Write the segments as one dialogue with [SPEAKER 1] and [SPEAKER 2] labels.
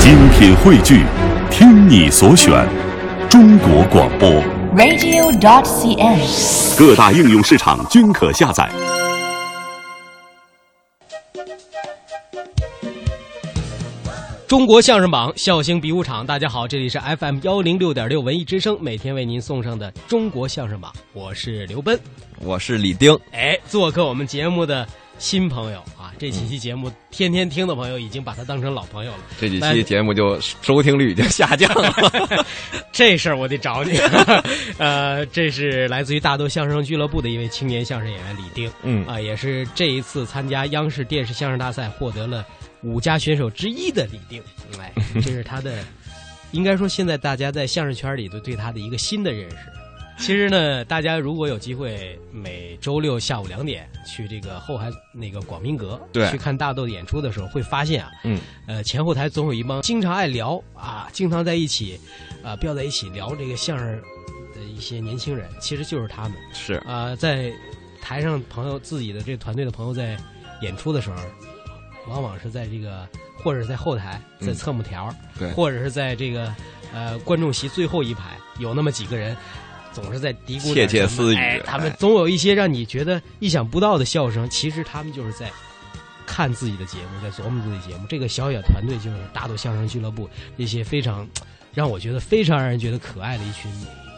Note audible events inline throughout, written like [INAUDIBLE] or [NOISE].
[SPEAKER 1] 精品汇聚，听你所选，中国广播。
[SPEAKER 2] radio.cn
[SPEAKER 1] 各大应用市场均可下载。
[SPEAKER 3] 中国相声榜，笑星比武场。大家好，这里是 FM 幺零六点六文艺之声，每天为您送上的中国相声榜，我是刘奔。
[SPEAKER 4] 我是李丁，
[SPEAKER 3] 哎，做客我们节目的新朋友啊，这几期节目天天听的朋友已经把他当成老朋友了。
[SPEAKER 4] 这几
[SPEAKER 3] 来
[SPEAKER 4] 期节目就收听率已经下降了。
[SPEAKER 3] 这事儿我得找你。呃，这是来自于大都相声俱乐部的一位青年相声演员李丁，
[SPEAKER 4] 嗯
[SPEAKER 3] 啊、也是这一次参加央视电视相声大赛获得了五佳选手之一的李丁，
[SPEAKER 4] [LAUGHS]
[SPEAKER 3] 哎，这是他的，应该说现在大家在相声圈里都对他的一个新的认识。其实呢，大家如果有机会，每周六下午两点去这个后海那个广明阁，
[SPEAKER 4] 对
[SPEAKER 3] 去看大豆演出的时候，会发现啊，
[SPEAKER 4] 嗯，
[SPEAKER 3] 呃，前后台总有一帮经常爱聊啊，经常在一起，啊，飙在一起聊这个相声的一些年轻人，其实就是他们
[SPEAKER 4] [LAUGHS] 是，
[SPEAKER 3] 啊，在台上朋友自己的这个团队的朋友在演出的时候，往往是在这个或者是在后台，在
[SPEAKER 4] 嗯
[SPEAKER 3] 侧幕条，
[SPEAKER 4] 对
[SPEAKER 3] 或者是在这个呃观众席最后一排，有那么几个人。总是在嘀咕点
[SPEAKER 4] 窃窃
[SPEAKER 3] 什么
[SPEAKER 4] 私语
[SPEAKER 3] 哎，他们
[SPEAKER 4] 哎
[SPEAKER 3] 总有一些让你觉得意想不到的笑声，其实他们就是在看自己的节目，在琢磨自己节目。这个小小团队就是大豆相声俱乐部这些非常让我觉得非常让人觉得可爱的一群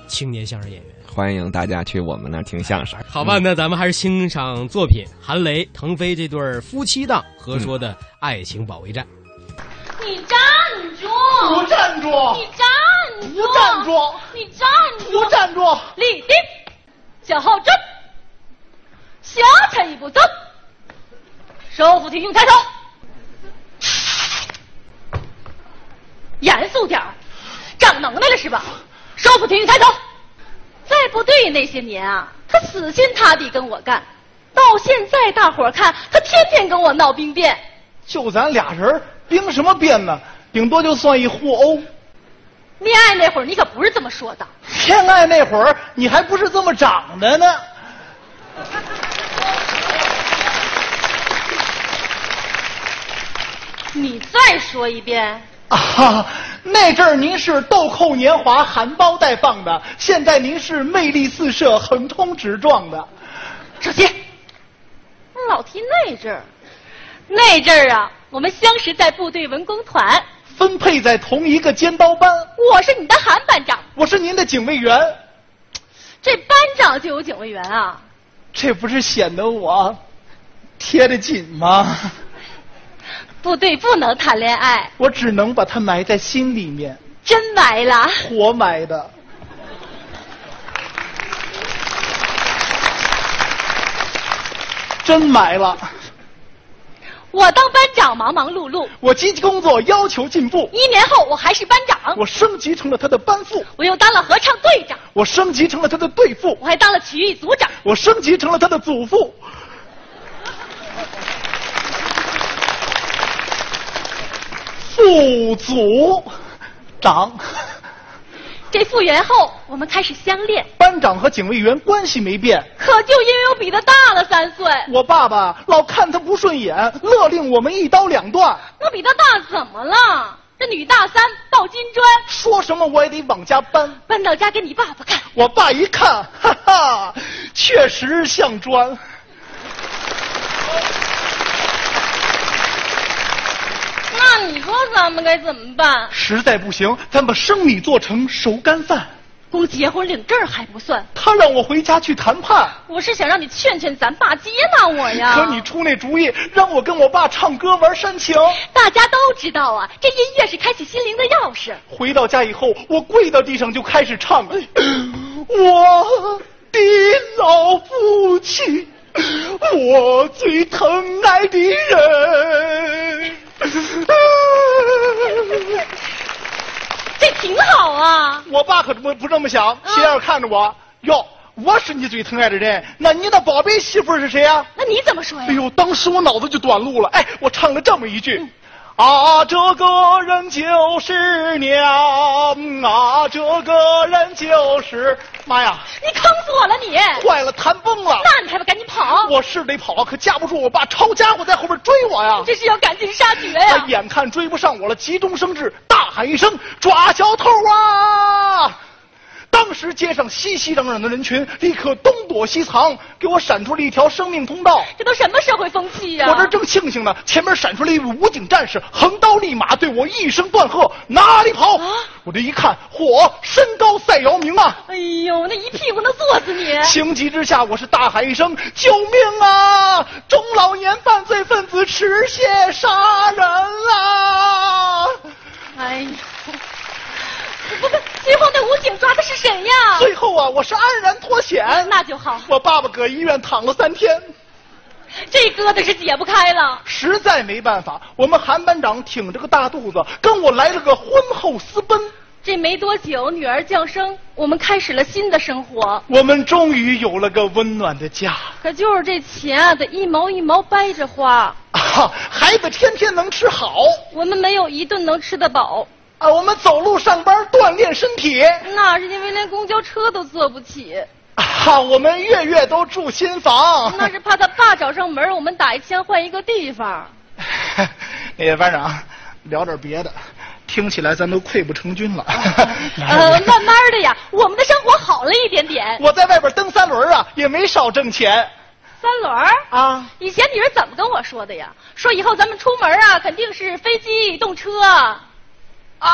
[SPEAKER 3] 青年相声演员。
[SPEAKER 4] 欢迎大家去我们那儿听相声。嗯
[SPEAKER 3] 好吧，那咱们还是欣赏作品韩雷、腾飞这对儿夫妻档合说的《爱情保卫战》。
[SPEAKER 5] 你站住！
[SPEAKER 6] 不站住！
[SPEAKER 5] 你站住！
[SPEAKER 6] 不站住！！
[SPEAKER 5] 你站住！
[SPEAKER 6] 不！站住！
[SPEAKER 5] 立定，向后站，下沉一步走，手扶提胸抬头，严肃点儿，长能耐了是吧？手扶提胸抬头。在部队那些年啊，他死心塌地跟我干，到现在大伙儿看他天天跟我闹兵变。
[SPEAKER 6] 就咱俩人，兵什么变呢？顶多就算一互殴。
[SPEAKER 5] 恋爱那会儿你可不是这么说的。
[SPEAKER 6] 恋爱那会儿，你还不是这么长的呢？
[SPEAKER 5] 你再说一遍，
[SPEAKER 6] 啊，那阵儿您是豆蔻年华、含苞待放的，现在您是魅力四射、横冲直撞的。
[SPEAKER 5] 小心！老提那阵儿，那阵儿啊，我们相识在部队文工团，
[SPEAKER 6] 分配在同一个尖刀班，
[SPEAKER 5] 我是你的韩班长，
[SPEAKER 6] 我是您的警卫员，
[SPEAKER 5] 这班长就有警卫员啊。
[SPEAKER 6] 这不是显得我贴得紧吗？ [LAUGHS]
[SPEAKER 5] 部队不能谈恋爱，
[SPEAKER 6] 我只能把它埋在心里面，
[SPEAKER 5] 真埋了。
[SPEAKER 6] 活埋的。真埋了！
[SPEAKER 5] 我当班长忙忙碌碌，
[SPEAKER 6] 我积极工作，要求进步，
[SPEAKER 5] 一年后我还是班长，
[SPEAKER 6] 我升级成了他的班副，
[SPEAKER 5] 我又当了合唱队长，
[SPEAKER 6] 我升级成了他的队副，
[SPEAKER 5] 我还当了体育组长。
[SPEAKER 6] 我升级成了他的祖父。副组长，
[SPEAKER 5] 这复员后，我们开始相恋，
[SPEAKER 6] 班长和警卫员关系没变，
[SPEAKER 5] 可就因为我比他大了三岁，
[SPEAKER 6] 我爸爸老看他不顺眼，勒令我们一刀两断，
[SPEAKER 5] 我比他大怎么了？这女大三抱金砖，
[SPEAKER 6] 说什么我也得往家搬。
[SPEAKER 5] 搬到家给你爸爸看。
[SPEAKER 6] 我爸一看，哈哈，确实像砖。
[SPEAKER 5] 那你说咱们该怎么办？
[SPEAKER 6] 实在不行，咱把生米做成熟干饭。
[SPEAKER 5] 光结婚领证还不算，
[SPEAKER 6] 他让我回家去谈判，
[SPEAKER 5] 我是想让你劝劝咱爸接纳我呀。
[SPEAKER 7] 啊
[SPEAKER 6] 可你出那主意，让我跟我爸唱歌玩煽情。
[SPEAKER 5] 大家都知道啊，这音乐是开启心灵的钥匙。
[SPEAKER 6] 回到家以后，我跪到地上就开始唱了。我的老父亲，我最疼爱的人。 [LAUGHS]
[SPEAKER 5] 这挺好啊。
[SPEAKER 6] 我爸可不不这么想，
[SPEAKER 5] 嗯
[SPEAKER 6] 斜眼看着我，哟，我是你最疼爱的人，那你的宝贝媳妇儿是谁呀、啊
[SPEAKER 5] 那你怎么说呀？嗯
[SPEAKER 6] 哎哎呦，当时我脑子就短路了。哎，我唱了这么一句：“啊，这个人就是娘啊，这个人就是妈呀，
[SPEAKER 5] 你坑死我了你！
[SPEAKER 6] 坏了，弹崩了！
[SPEAKER 5] 那你还不赶紧跑？
[SPEAKER 6] 我是得跑啊，可架不住我爸抄家伙在后边追我呀。
[SPEAKER 5] 这是要赶尽杀绝
[SPEAKER 6] 他
[SPEAKER 5] 哎呀、
[SPEAKER 6] 眼看追不上我了，急中生智，大喊一声：“抓小偷啊！”当时街上熙熙攘攘的人群立刻东躲西藏，给我闪出了一条生命通道。
[SPEAKER 5] 这都什么社会风哎气呀、
[SPEAKER 6] 我这正庆幸呢，前面闪出了一位武警战士，横刀立马对我一声断喝：“哪里跑！”
[SPEAKER 5] 啊
[SPEAKER 6] 我这一看，嚯，身高赛姚明啊！
[SPEAKER 5] 哎呦，那一屁股能坐死你！
[SPEAKER 6] 情急之下，我是大喊一声：“救命啊！中老年犯罪分子持械杀人啊啦、
[SPEAKER 5] 哎呦，不是，最后那武警抓的是谁呀？
[SPEAKER 6] 最后啊，我是安然脱险。
[SPEAKER 5] 那就好，
[SPEAKER 6] 我爸爸搁医院躺了三天，
[SPEAKER 5] 这疙瘩是解不开了。
[SPEAKER 6] 实在没办法，我们韩班长挺着个大肚子，跟我来了个婚后私奔。
[SPEAKER 5] 这没多久，女儿降生，我们开始了新的生活。
[SPEAKER 6] 我们终于有了个温暖的家。
[SPEAKER 5] 可就是这钱啊，得一毛一毛掰着花，
[SPEAKER 6] 啊，孩子天天能吃好
[SPEAKER 5] 我们没有一顿能吃得饱，
[SPEAKER 6] 啊，我们走路上班锻炼身体
[SPEAKER 5] 那是因为连公交车都坐不起，
[SPEAKER 6] 啊，我们月月都住新房。 [LAUGHS]
[SPEAKER 5] 那是怕他爸找上门，我们打一枪换一个地方。
[SPEAKER 6] 那个哎班长，聊点别的，听起来咱都溃不成军
[SPEAKER 5] 啊
[SPEAKER 6] 了。
[SPEAKER 5] 呃，慢慢的呀，我们的生活好了一点点。
[SPEAKER 6] [LAUGHS] 我在外边蹬三轮啊，也没少挣钱
[SPEAKER 5] 三轮儿，
[SPEAKER 6] 啊。
[SPEAKER 5] 以前你是怎么跟我说的呀？说以后咱们出门啊，肯定是飞机、动车。
[SPEAKER 6] 啊，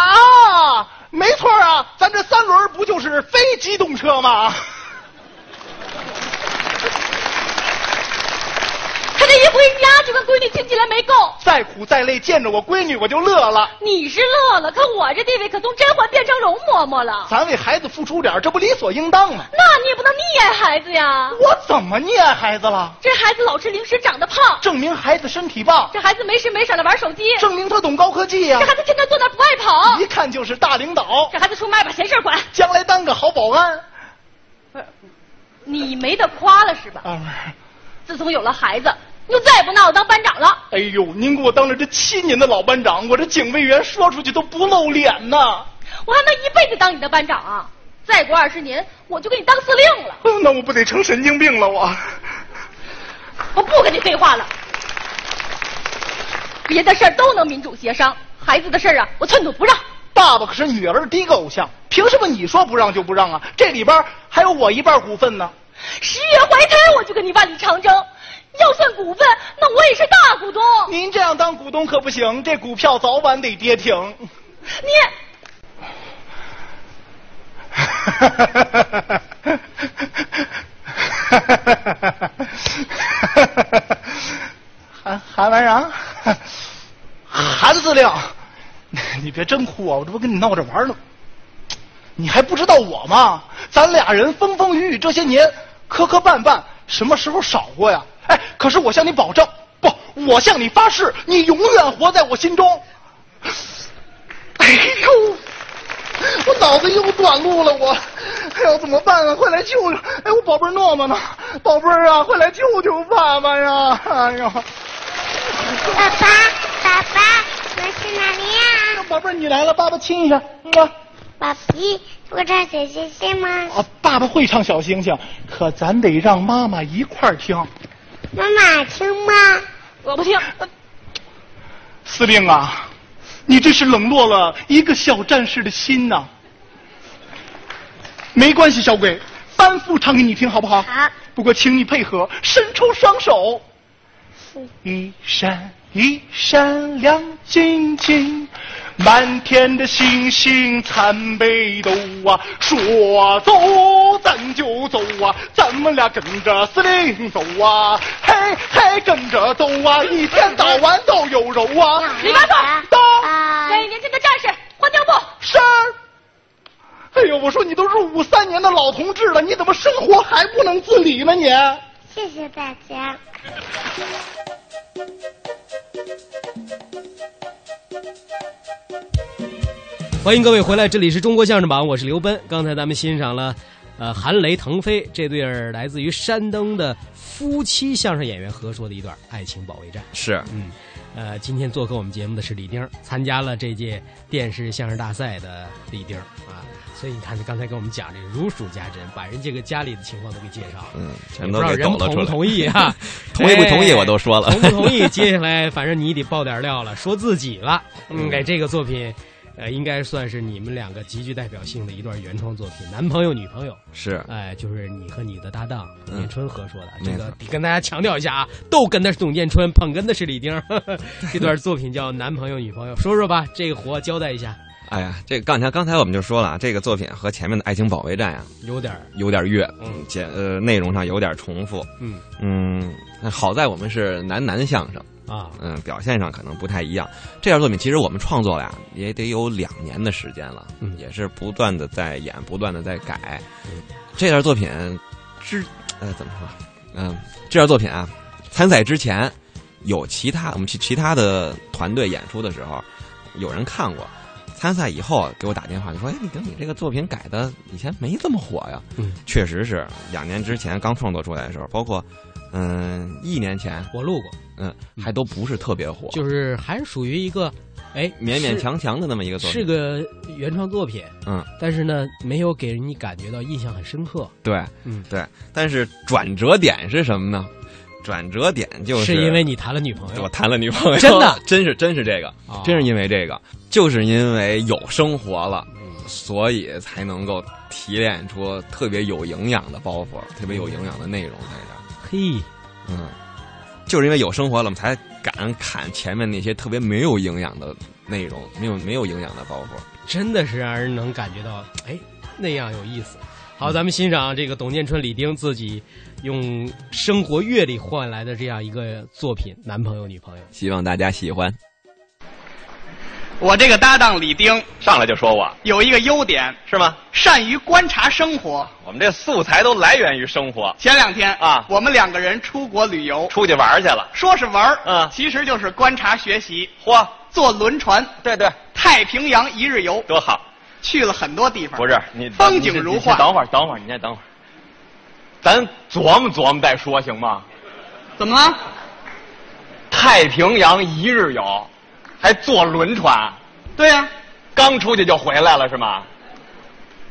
[SPEAKER 6] 没错啊，咱这三轮不就是非机动车吗？ [LAUGHS]
[SPEAKER 5] 他这一回家就跟闺女听起来没够。
[SPEAKER 6] 再苦再累，见着我闺女我就乐了。
[SPEAKER 5] 你是乐了，可我这地位可从甄嬛变成容嬷嬷了。
[SPEAKER 6] 咱为孩子付出点，这不理所应当吗？
[SPEAKER 5] 那你也不能溺爱孩子呀。
[SPEAKER 6] 我怎么溺爱孩子了？
[SPEAKER 5] 这孩子老吃零食，长得胖。
[SPEAKER 6] 证明孩子身体棒，
[SPEAKER 5] 这孩子没事没事的玩手机。
[SPEAKER 6] 证明他懂高科技呀、
[SPEAKER 5] 这孩子天天坐那儿不爱跑
[SPEAKER 6] 一。看就是大领导，
[SPEAKER 5] 这孩子出卖吧，闲事儿管。
[SPEAKER 6] 将来当个好保安。
[SPEAKER 5] 不是，你没得夸了是吧？
[SPEAKER 6] 啊，不是
[SPEAKER 5] 自从有了孩子，你就再也不拿我当班长了。
[SPEAKER 6] 哎呦，您给我当了这七年的老班长，我这警卫员说出去都不露脸呐。
[SPEAKER 5] 我还能一辈子当你的班长啊！再过二十年，我就给你当司令了。
[SPEAKER 6] [LAUGHS] 那我不得成神经病了我？
[SPEAKER 5] 我不跟你废话了，别的事儿都能民主协商，孩子的事儿啊，我寸土不让。
[SPEAKER 6] 爸爸可是女儿的第一个偶像，凭什么你说不让就不让啊？这里边还有我一半股份呢。
[SPEAKER 5] 十月怀胎，我就跟你万里长征。要算股份，那我也是大股东。你，
[SPEAKER 6] 您这样当股东可不行，这股票早晚得跌停。 [LAUGHS] 韩韩班长，韩司令，你别真哭啊！我这不跟你闹着玩呢。你还不知道我吗？咱俩人风风雨雨这些年，磕磕绊绊，什么时候少过呀？哎，可是我向你保证，不，我向你发誓，你永远活在我心中。 [LAUGHS] 哎呦，我脑子又短路了，我，哎呦，怎么办啊？快来救救！哎，我宝贝儿诺诺呢？宝贝儿啊，快来救救爸爸呀！哎呦，
[SPEAKER 8] 爸爸，爸爸，我是哪里呀、
[SPEAKER 6] 宝贝儿你来了，爸爸亲一下，嗯啊。
[SPEAKER 8] 爸比，我唱小星星吗？
[SPEAKER 6] 啊，爸爸会唱小星星，可咱得让妈妈一块儿听。
[SPEAKER 8] 妈妈听吗？
[SPEAKER 5] 我不听。
[SPEAKER 7] 哎
[SPEAKER 6] 司令啊，你这是冷落了一个小战士的心呐、没关系，小鬼，反复唱给你听好不好？
[SPEAKER 8] 好。
[SPEAKER 6] 不过请你配合，伸出双手。一闪一闪亮晶晶，满天的星星参北斗啊！说走咱就走啊，咱们俩跟着司令走啊，嘿嘿跟着走啊，一天到晚都有肉啊！
[SPEAKER 5] 李八段儿
[SPEAKER 6] 到
[SPEAKER 8] 啊
[SPEAKER 7] 아,
[SPEAKER 5] 给年轻的战士换尿布。
[SPEAKER 6] 是。哎呦，我说你都入伍三年的老同志了，你怎么生活还不能自理呢你？
[SPEAKER 8] 谢谢大家。
[SPEAKER 3] 欢迎各位回来，这里是中国相声榜，我是刘奔。刚才咱们欣赏了呃，韩雷、腾飞这对儿来自于山东的夫妻相声演员合说的一段爱情保卫战。
[SPEAKER 4] 是
[SPEAKER 3] 嗯，呃，今天做客我们节目的是李丁儿，参加了这届电视相声大赛的李丁儿啊，所以你看，他刚才跟我们讲这个如数家珍，把人这个家里的情况都给介绍了。
[SPEAKER 4] 嗯，全
[SPEAKER 3] 也不
[SPEAKER 4] 都
[SPEAKER 3] 知道
[SPEAKER 4] 给
[SPEAKER 3] 人
[SPEAKER 4] 抖了
[SPEAKER 3] 同不
[SPEAKER 4] 出来。
[SPEAKER 3] 同意啊？
[SPEAKER 4] [LAUGHS] 同意不同意我都说了
[SPEAKER 3] 哎同不同意？接下来反正你得爆点料了，说自己了。嗯，给这个作品，呃，应该算是你们两个极具代表性的一段原创作品，男朋友女朋友，
[SPEAKER 4] 是
[SPEAKER 3] 哎、就是你和你的搭档董
[SPEAKER 4] 嗯
[SPEAKER 3] 建春合说的。
[SPEAKER 4] 没
[SPEAKER 3] 这
[SPEAKER 4] 错
[SPEAKER 3] 个得跟大家强调一下啊，逗哏的是董建春，捧哏的是李丁儿。 [LAUGHS] 呵呵这段作品叫《男朋友女朋友》，说说吧，这个活交代一下，
[SPEAKER 4] 哎呀，这刚才刚才我们就说了啊，这个作品和前面的《爱情保卫战》啊
[SPEAKER 3] 有点儿
[SPEAKER 4] 有点越，
[SPEAKER 3] 嗯
[SPEAKER 4] 且呃内容上有点重复。
[SPEAKER 3] 嗯
[SPEAKER 4] 嗯，那好在我们是男男相声，
[SPEAKER 3] 啊，
[SPEAKER 4] 嗯，表现上可能不太一样。这件作品其实我们创作了呀，也得有两年的时间了，
[SPEAKER 3] 嗯
[SPEAKER 4] 也是不断的在演，不断的在改。
[SPEAKER 3] 嗯
[SPEAKER 4] 这件作品之呃怎么说？嗯、这件作品啊，参赛之前有其他我们去其他的团队演出的时候，有人看过。参赛以后给我打电话就说：“哎，李丁，你这个作品改的以前没这么火呀。”
[SPEAKER 3] 嗯，
[SPEAKER 4] 确实是两年之前刚创作出来的时候，包括嗯一年前
[SPEAKER 3] 我录过，
[SPEAKER 4] 嗯，还都不是特别火，
[SPEAKER 3] 就是还是属于一个，哎，
[SPEAKER 4] 勉
[SPEAKER 3] 是
[SPEAKER 4] 勉强强的那么一个作品。
[SPEAKER 3] 是个原创作品，
[SPEAKER 4] 嗯，
[SPEAKER 3] 但是呢，没有给人你感觉到印象很深刻，
[SPEAKER 4] 对，
[SPEAKER 3] 嗯，
[SPEAKER 4] 对。但是转折点是什么呢？转折点就是
[SPEAKER 3] 因为你谈了女朋友
[SPEAKER 4] 我，谈了女朋友，
[SPEAKER 3] 真的，
[SPEAKER 4] [LAUGHS] 真是真是这个，
[SPEAKER 3] 哦
[SPEAKER 4] 真是因为这个，就是因为有生活了，
[SPEAKER 3] 嗯
[SPEAKER 4] 所以才能够提炼出特别有营养的包袱，特别有营养的内容在这儿。
[SPEAKER 3] 嘿，
[SPEAKER 4] 嗯，就是因为有生活了，我们才敢砍前面那些特别没有营养的内容，没有没有营养的包袱。
[SPEAKER 3] 真的是让人能感觉到，哎，那样有意思。
[SPEAKER 4] 嗯
[SPEAKER 3] 好，咱们欣赏这个董建春、李丁自己用生活阅历换来的这样一个作品《男朋友女朋友》。
[SPEAKER 4] 希望大家喜欢。
[SPEAKER 9] 我这个搭档李丁
[SPEAKER 10] 上来就说我
[SPEAKER 9] 有一个优点，
[SPEAKER 10] 是吗？
[SPEAKER 9] 善于观察生活。
[SPEAKER 10] 我们这素材都来源于生活，
[SPEAKER 9] 前两天
[SPEAKER 10] 啊
[SPEAKER 9] 我们两个人出国旅游，
[SPEAKER 10] 出去玩儿去了。
[SPEAKER 9] 说是玩儿，
[SPEAKER 10] 嗯
[SPEAKER 9] 其实就是观察学习，
[SPEAKER 10] 嚯，
[SPEAKER 9] 坐轮船
[SPEAKER 10] 对对，
[SPEAKER 9] 太平洋一日游，
[SPEAKER 10] 多好！
[SPEAKER 9] 去了很多地方。
[SPEAKER 10] 不是你
[SPEAKER 9] 风景如画
[SPEAKER 10] 你先等会儿，等会儿，你先等会儿，咱琢磨琢磨再说行吗？
[SPEAKER 9] 怎么了？
[SPEAKER 10] 太平洋一日游，还坐轮船，
[SPEAKER 9] 对呀、
[SPEAKER 10] 刚出去就回来了是吗？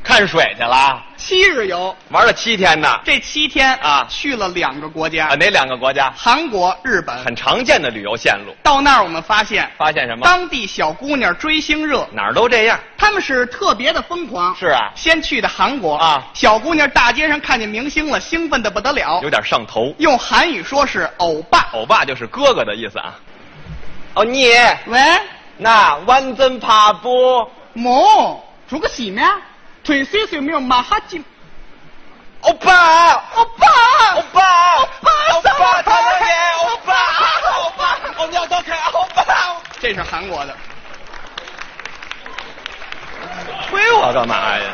[SPEAKER 10] 看水去了，
[SPEAKER 9] 七日游，
[SPEAKER 10] 玩了七天呢。
[SPEAKER 9] 这七天
[SPEAKER 10] 啊
[SPEAKER 9] 去了两个国家，
[SPEAKER 10] 啊，哪两个国家？
[SPEAKER 9] 韩国、日本。
[SPEAKER 10] 很常见的旅游线路。
[SPEAKER 9] 到那儿我们发现，
[SPEAKER 10] 发现什么？
[SPEAKER 9] 当地小姑娘追星热，
[SPEAKER 10] 哪儿都这样。
[SPEAKER 9] 他们是特别的疯狂。
[SPEAKER 10] 是啊，
[SPEAKER 9] 先去的韩国
[SPEAKER 10] 啊
[SPEAKER 9] 小姑娘大街上看见明星了，兴奋的不得了
[SPEAKER 10] 有，点上头。
[SPEAKER 9] 用韩语说是欧巴。
[SPEAKER 10] 欧巴就是哥哥的意思啊。哦，你
[SPEAKER 9] 喂，
[SPEAKER 10] 那完真怕不？
[SPEAKER 9] 某，煮个洗面，腿碎碎没有马哈吉，
[SPEAKER 10] 欧巴，
[SPEAKER 9] 欧巴，
[SPEAKER 10] 欧巴，欧
[SPEAKER 9] 巴
[SPEAKER 10] 欧巴，
[SPEAKER 9] 怎么
[SPEAKER 10] 他
[SPEAKER 9] 了
[SPEAKER 10] 有点欧巴，欧巴，我尿都开，欧巴，
[SPEAKER 9] 这是韩国的。
[SPEAKER 10] 推我干嘛呀？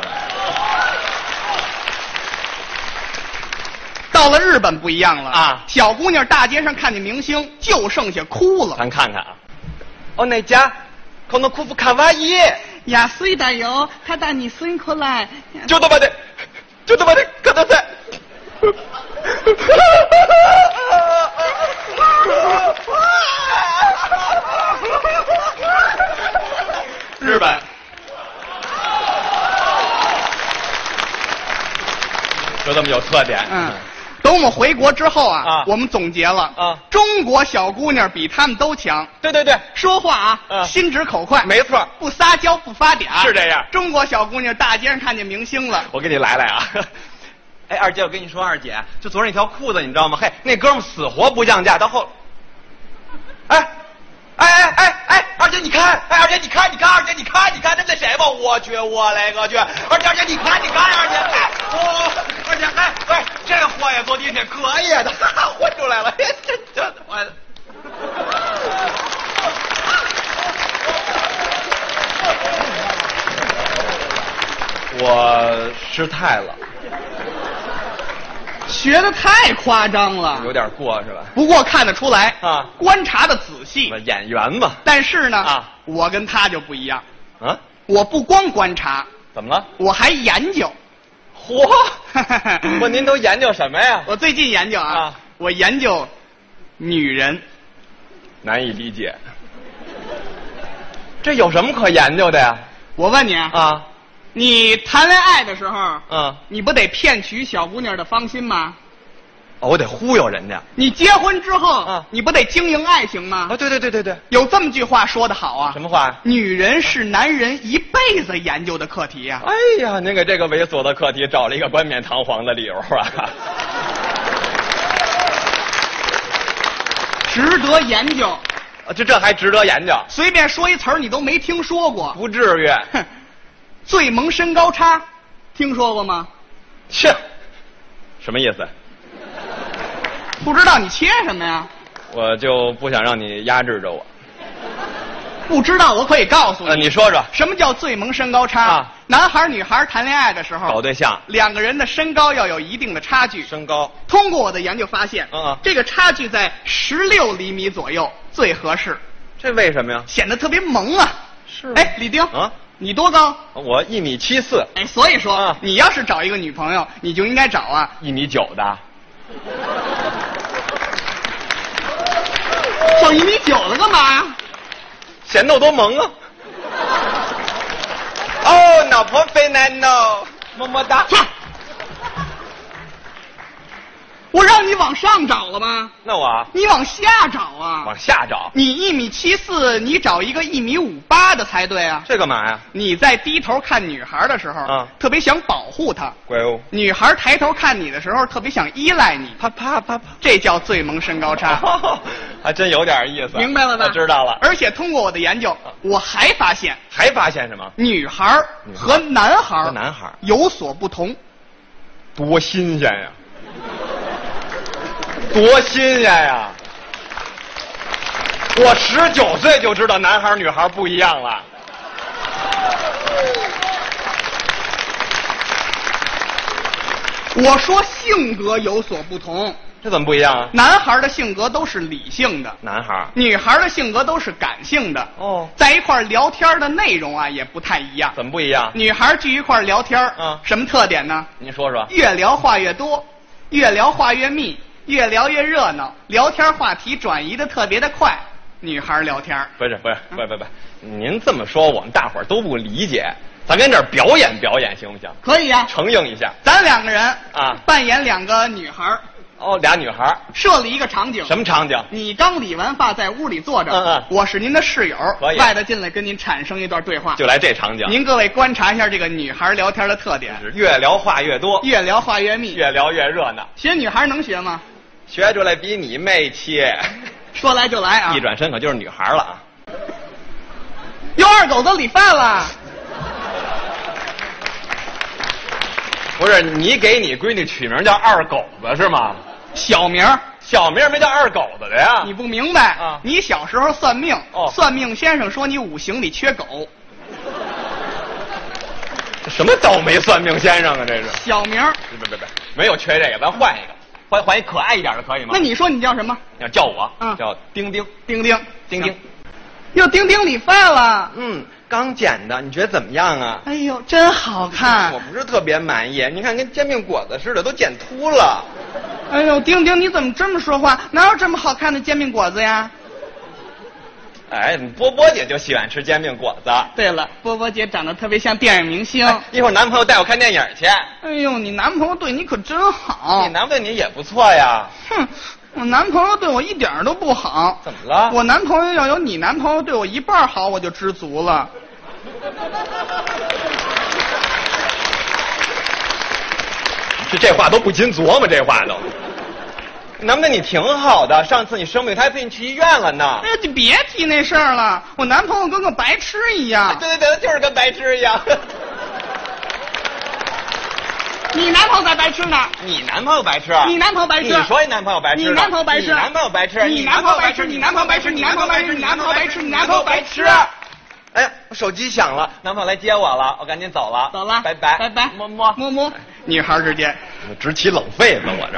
[SPEAKER 9] 到了日本不一样了
[SPEAKER 10] 啊
[SPEAKER 9] 小姑娘大街上看见明星，就剩下哭了。
[SPEAKER 10] 咱看看啊。哦，哪家？この衣服かわいい。
[SPEAKER 9] 呀，碎的哟，他带你孙过来。
[SPEAKER 10] ちょっと待って、ちょっと待ってください。日本，就这么有特点。
[SPEAKER 9] 嗯，等我们回国之后啊，
[SPEAKER 10] 啊
[SPEAKER 9] 我们总结了
[SPEAKER 10] 啊
[SPEAKER 9] 中国小姑娘比他们都强，
[SPEAKER 10] 对对对，
[SPEAKER 9] 说话啊，
[SPEAKER 10] 啊
[SPEAKER 9] 心直口快，
[SPEAKER 10] 没错。
[SPEAKER 9] 不撒娇不发嗲，
[SPEAKER 10] 是这样
[SPEAKER 9] 中国小姑娘大街上看见明星了，
[SPEAKER 10] 我给你来来啊。 [LAUGHS] 哎，二姐，我跟你说，二姐，就昨儿那条裤子，你知道吗？嘿，那哥们儿死活不降价，到后，哎，哎哎哎哎，二姐你看，哎二姐你看，你看二姐你看，你看那那谁吧，我去，我嘞个去，二姐二姐你看，你看二姐，哎，我二姐哎哎，这货也坐地铁可以的，哈哈，混出来了，嘿这这我。我失态了，
[SPEAKER 9] 学的太夸张了，
[SPEAKER 10] 有点过是吧？
[SPEAKER 9] 不过看得出来
[SPEAKER 10] 啊
[SPEAKER 9] 观察的仔细。
[SPEAKER 10] 演员吧，
[SPEAKER 9] 但是呢，
[SPEAKER 10] 啊
[SPEAKER 9] 我跟他就不一样，
[SPEAKER 10] 啊，
[SPEAKER 9] 我不光观察，
[SPEAKER 10] 怎么了？
[SPEAKER 9] 我还研究。 [LAUGHS]
[SPEAKER 10] 嚯，不，您都研究什么呀？
[SPEAKER 9] 我最近研究啊，
[SPEAKER 10] 啊
[SPEAKER 9] 我研究女人，
[SPEAKER 10] 难以理解，这有什么可研究的呀？
[SPEAKER 9] 我问你啊，
[SPEAKER 10] 啊，
[SPEAKER 9] 你谈恋爱的时候，
[SPEAKER 10] 嗯，
[SPEAKER 9] 你不得骗取小姑娘的芳心吗？
[SPEAKER 10] 哦，我得忽悠人家。
[SPEAKER 9] 你结婚之后，
[SPEAKER 10] 啊
[SPEAKER 9] 你不得经营爱情吗？
[SPEAKER 10] 啊，对对对对对，
[SPEAKER 9] 有这么句话说得好啊，
[SPEAKER 10] 什么话呀？
[SPEAKER 9] 女人是男人一辈子研究的课题啊呀、
[SPEAKER 10] 哎呀，您给这个猥琐的课题找了一个冠冕堂皇的理由啊！ [LAUGHS]
[SPEAKER 9] 值得研究。
[SPEAKER 10] 啊这这还值得研究？
[SPEAKER 9] 随便说一词儿，你都没听说过。
[SPEAKER 10] 不至于，
[SPEAKER 9] 哼，最萌身高差，听说过吗？
[SPEAKER 10] 切，什么意思？
[SPEAKER 9] 不知道你切什么呀？
[SPEAKER 10] 我就不想让你压制着我。
[SPEAKER 9] 不知道我可以告诉你，
[SPEAKER 10] 呃，你说说，
[SPEAKER 9] 什么叫最萌身高差？
[SPEAKER 10] 啊
[SPEAKER 9] 男孩儿女孩儿谈恋爱的时
[SPEAKER 10] 搞
[SPEAKER 9] 候，
[SPEAKER 10] 对象，
[SPEAKER 9] 两个人的身高要有一定的差距。
[SPEAKER 10] 身高，
[SPEAKER 9] 通过我的研究发现，
[SPEAKER 10] 嗯嗯
[SPEAKER 9] 这个差距在十六厘米左右最合适，
[SPEAKER 10] 这为什么呀？
[SPEAKER 9] 显得特别萌啊。是。哎，李丁
[SPEAKER 10] 啊，
[SPEAKER 9] 你多高？
[SPEAKER 10] 我一米七四，
[SPEAKER 9] 哎，所以说、
[SPEAKER 10] 啊
[SPEAKER 9] 你要是找一个女朋友，你就应该找啊
[SPEAKER 10] 一米九的，
[SPEAKER 9] 找一米九的干嘛呀？
[SPEAKER 10] 显得我多萌啊！哦，老婆飞男呢，么么哒。
[SPEAKER 9] 操！我让你往上找了吗？
[SPEAKER 10] 那我啊
[SPEAKER 9] 你往下找啊！
[SPEAKER 10] 往下找，
[SPEAKER 9] 你一米七四，你找一个一米五八的才对啊！
[SPEAKER 10] 这干嘛呀？
[SPEAKER 9] 你在低头看女孩的时候，
[SPEAKER 10] 啊
[SPEAKER 9] 特别想保护她；
[SPEAKER 10] 乖哦，
[SPEAKER 9] 女孩抬头看你的时候，特别想依赖你。
[SPEAKER 10] 啪啪啪啪。
[SPEAKER 9] 这叫最萌身高差，
[SPEAKER 10] 还真有点意思。啊
[SPEAKER 9] 明白了吧？
[SPEAKER 10] 我知道了。
[SPEAKER 9] 而且通过我的研究，我还发现
[SPEAKER 10] 还发现什么？
[SPEAKER 9] 女孩
[SPEAKER 10] 女孩
[SPEAKER 9] 和男孩
[SPEAKER 10] 和男孩
[SPEAKER 9] 有所不同。
[SPEAKER 10] 多新鲜呀！多新鲜呀！我十九岁就知道男孩女孩不一样了。
[SPEAKER 9] 我说性格有所不同，
[SPEAKER 10] 这怎么不一样啊？
[SPEAKER 9] 男孩的性格都是理性的，
[SPEAKER 10] 男孩
[SPEAKER 9] 女孩的性格都是感性的。
[SPEAKER 10] 哦
[SPEAKER 9] 在一块儿聊天的内容啊也不太一样。
[SPEAKER 10] 怎么不一样？
[SPEAKER 9] 女孩聚一块儿聊天，
[SPEAKER 10] 嗯
[SPEAKER 9] 什么特点呢？
[SPEAKER 10] 您说说。
[SPEAKER 9] 越聊话越多，越聊话越密，越聊越热闹，聊天话题转移的特别的快。女孩聊天儿，嗯
[SPEAKER 10] 不是不是不是不是不是，您这么说我们大伙儿都不理解，咱跟这儿表演表演行不行？
[SPEAKER 9] 可以啊，
[SPEAKER 10] 承应一下。
[SPEAKER 9] 咱两个人
[SPEAKER 10] 啊
[SPEAKER 9] 扮演两个女孩儿，
[SPEAKER 10] 哦，俩女孩儿，
[SPEAKER 9] 设立一个场景。
[SPEAKER 10] 什么场景？
[SPEAKER 9] 你刚理完发，在屋里坐着，
[SPEAKER 10] 嗯嗯
[SPEAKER 9] 我是您的室友，
[SPEAKER 10] 可以
[SPEAKER 9] 外头进来跟您产生一段对话。
[SPEAKER 10] 就来这场景。
[SPEAKER 9] 您各位观察一下这个女孩聊天的特点，
[SPEAKER 10] 是越聊话越多，
[SPEAKER 9] 越聊话越密。
[SPEAKER 10] 越聊越热闹，
[SPEAKER 9] 学女孩能学吗？
[SPEAKER 10] 学出来比你媚气。
[SPEAKER 9] [LAUGHS] 说来就来啊！
[SPEAKER 10] 一转身可就是女孩了啊！
[SPEAKER 9] 哟，二狗子理发了，
[SPEAKER 10] 不是你给你闺女取名叫二狗子是吗？
[SPEAKER 9] 小名儿
[SPEAKER 10] 小名没叫二狗子的呀？
[SPEAKER 9] 你不明白
[SPEAKER 10] 啊
[SPEAKER 9] 你小时候算命，
[SPEAKER 10] 哦
[SPEAKER 9] 算命先生说你五行里缺狗，
[SPEAKER 10] 什么倒霉算命先生啊？这是？
[SPEAKER 9] 小名儿。
[SPEAKER 10] 别别别，没有缺这个，咱换一个，换换一可爱一点的可以吗？
[SPEAKER 9] 那你说你叫什么？
[SPEAKER 10] 要叫我，
[SPEAKER 9] 嗯
[SPEAKER 10] 叫丁丁。
[SPEAKER 9] 丁丁，
[SPEAKER 10] 丁丁
[SPEAKER 9] 行。哟，丁丁理发了，
[SPEAKER 10] 嗯，刚剪的，你觉得怎么样啊？
[SPEAKER 9] 哎呦，真好看
[SPEAKER 10] 我。不是特别满意，你看跟煎饼果子似的，都剪秃了。
[SPEAKER 9] 哎呦，丁丁，你怎么这么说话？哪有这么好看的煎饼果子呀？
[SPEAKER 10] 哎，波波姐就喜欢吃煎饼果子。
[SPEAKER 9] 对了，波波姐长得特别像电影明星。
[SPEAKER 10] 哎一会儿男朋友带我看电影去，
[SPEAKER 9] 哎呦，你男朋友对你可真好。
[SPEAKER 10] 你男朋友你也不错呀。
[SPEAKER 9] 哼，我男朋友对我一点儿都不好。
[SPEAKER 10] 怎么了
[SPEAKER 9] 我男朋友要有你男朋友对我一半儿好，我就知足了。
[SPEAKER 10] 这这话都不禁琢磨，这话都。能不能你挺好的？上次你生病，他还陪你去医院了呢
[SPEAKER 9] 哎。呦，你别提那事儿了，我男朋友跟个白痴一样。
[SPEAKER 10] 哎对对对，就是跟白痴一样。
[SPEAKER 9] 你男朋友才白痴呢。
[SPEAKER 10] 你男朋友白痴？
[SPEAKER 9] 你男朋友白痴
[SPEAKER 10] 啊你说你男朋友白痴呢？啊
[SPEAKER 9] 你男朋友白痴啊
[SPEAKER 10] 你男朋友白痴？
[SPEAKER 9] 你男朋友白痴你男朋友白痴你男朋友白痴你男朋友白痴你男朋友白痴
[SPEAKER 10] 哎呀，我手机响了，男朋友来接我了，我赶紧走了。
[SPEAKER 9] 走了，
[SPEAKER 10] 拜拜，
[SPEAKER 9] 拜拜，
[SPEAKER 10] 么么。
[SPEAKER 9] 么么。女孩儿之间，
[SPEAKER 10] 我直起冷痱子，我这。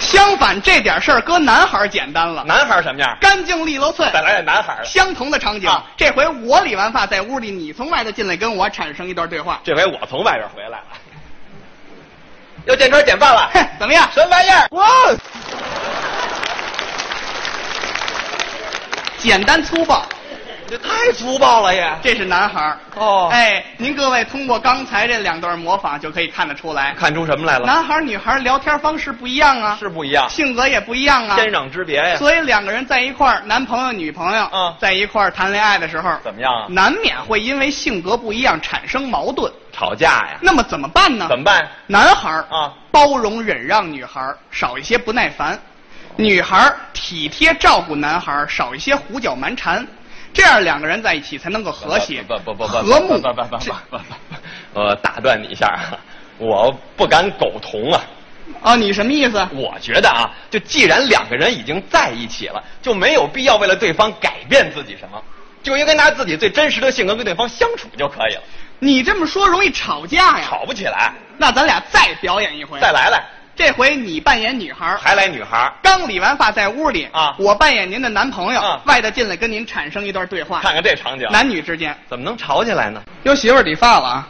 [SPEAKER 9] 相相反，这点事儿搁男孩儿简单了，
[SPEAKER 10] 男孩儿什么样？
[SPEAKER 9] 干净利落脆。
[SPEAKER 10] 再来点男孩儿的。
[SPEAKER 9] 相同的场景
[SPEAKER 10] 啊，
[SPEAKER 9] 这回我理完发在屋里，你从外头进来跟我产生一段对话。
[SPEAKER 10] 这回我从外边回来了，又见车减半了，
[SPEAKER 9] 哼， [LAUGHS] 怎么样？
[SPEAKER 10] 什么玩意儿？
[SPEAKER 9] 哇！简单粗暴，
[SPEAKER 10] 这太粗暴了也。
[SPEAKER 9] 这是男孩儿
[SPEAKER 10] 哦
[SPEAKER 9] 哎，您各位通过刚才这两段模仿就可以看得出来，
[SPEAKER 10] 看出什么来了？
[SPEAKER 9] 男孩儿女孩儿聊天方式不一样啊，
[SPEAKER 10] 是不一样，
[SPEAKER 9] 性格也不一样啊，
[SPEAKER 10] 天壤之别呀。
[SPEAKER 9] 所以两个人在一块儿，男朋友女朋友，
[SPEAKER 10] 嗯
[SPEAKER 9] 在一块儿谈恋爱的时候，
[SPEAKER 10] 怎么样啊？
[SPEAKER 9] 难免会因为性格不一样产生矛盾。
[SPEAKER 10] 吵架呀？
[SPEAKER 9] 那么怎么办呢？
[SPEAKER 10] 怎么办？
[SPEAKER 9] 男孩儿
[SPEAKER 10] 啊，
[SPEAKER 9] 包容忍让女孩儿，少一些不耐烦；女孩儿体贴照顾男孩儿，少一些胡搅蛮缠。这样两个人在一起才能够和谐，
[SPEAKER 10] 不不不不不
[SPEAKER 9] 和睦。
[SPEAKER 10] 不不不不
[SPEAKER 9] 这
[SPEAKER 10] 不不，呃，打断你一下啊，我不敢苟同啊。
[SPEAKER 9] 啊，你什么意思？
[SPEAKER 10] 我觉得啊，就既然两个人已经在一起了，就没有必要为了对方改变自己什么，就应该拿自己最真实的性格跟对方相处就可以了，
[SPEAKER 9] 你这么说容易吵架呀？
[SPEAKER 10] 吵不起来。
[SPEAKER 9] 那咱俩再表演一回。
[SPEAKER 10] 再，来来，
[SPEAKER 9] 这回你扮演女孩儿，
[SPEAKER 10] 还来女孩儿，
[SPEAKER 9] 刚理完发在屋里
[SPEAKER 10] 啊
[SPEAKER 9] 我扮演您的男朋友，
[SPEAKER 10] 啊
[SPEAKER 9] 外头进来跟您产生一段对话，
[SPEAKER 10] 看看这场景，
[SPEAKER 9] 男女之间
[SPEAKER 10] 怎么能吵起来呢？
[SPEAKER 9] 有媳妇儿理发了啊。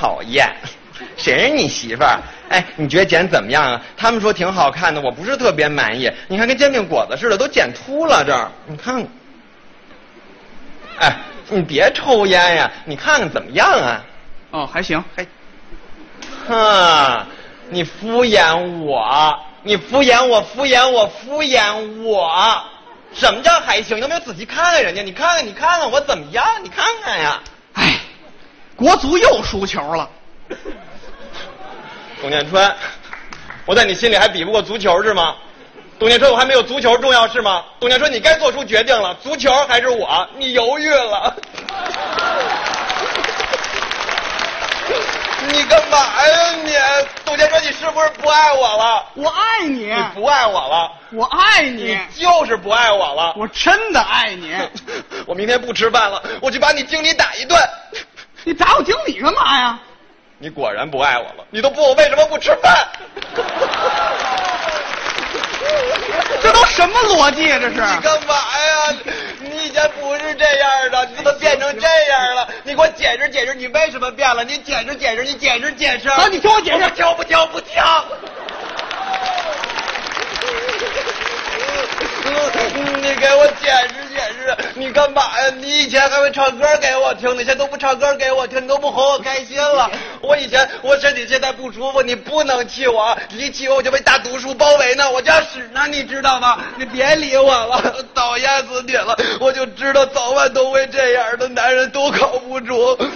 [SPEAKER 10] 讨厌，谁是你媳妇儿？哎，你觉得剪怎么样啊？他们说挺好看的，我不是特别满意。你看跟煎饼果子似的，都剪秃了这儿。你看看，哎，你别抽烟呀，你看看怎么样啊？
[SPEAKER 9] 哦，还行。
[SPEAKER 10] 还，哼，你敷衍我，你敷衍我，敷衍我，敷衍我。什么叫还行？你都没有仔细看看人家，你看看，你看看我怎么样？你看看啊呀，
[SPEAKER 9] 哎，国足又输球了。
[SPEAKER 10] [LAUGHS] 董建春，我在你心里还比不过足球是吗？董建春，我还没有足球重要是吗？董建春，你该做出决定了，足球还是我？你犹豫了， [LAUGHS] 你干嘛呀你？董建春，你是不是不爱我了？
[SPEAKER 9] 我爱你，
[SPEAKER 10] 你不爱我了，
[SPEAKER 9] 我爱你
[SPEAKER 10] 你，就是不爱我了。
[SPEAKER 9] 我真的爱
[SPEAKER 10] [LAUGHS]
[SPEAKER 9] 你。
[SPEAKER 10] 我明天不吃饭了，我去把你经理打一顿。
[SPEAKER 9] 你打我经理干嘛呀？
[SPEAKER 10] 你果然不爱我了，你都不问我为什么不吃饭？ [LAUGHS]
[SPEAKER 9] 这都什么逻辑呀、这
[SPEAKER 10] 你
[SPEAKER 9] 是
[SPEAKER 10] 干嘛呀？你以前不是这样的，你怎么变成这样了？你给我解释解释，你为什么变了？你解释解释，你解释解释。
[SPEAKER 9] 啊你听我解释
[SPEAKER 10] 我不听不听不听。你给我解释解释，你干嘛呀？你以前还会唱歌给我听，你现在都不唱歌给我听，你都不哄我开心了。我以前我身体现在不舒服，你不能气我啊，你一气我我就被大毒树包围呢，我就要死呢，你知道吗？你别理我了，讨厌死你了！我就知道早晚都会这样的，男人都靠不住，特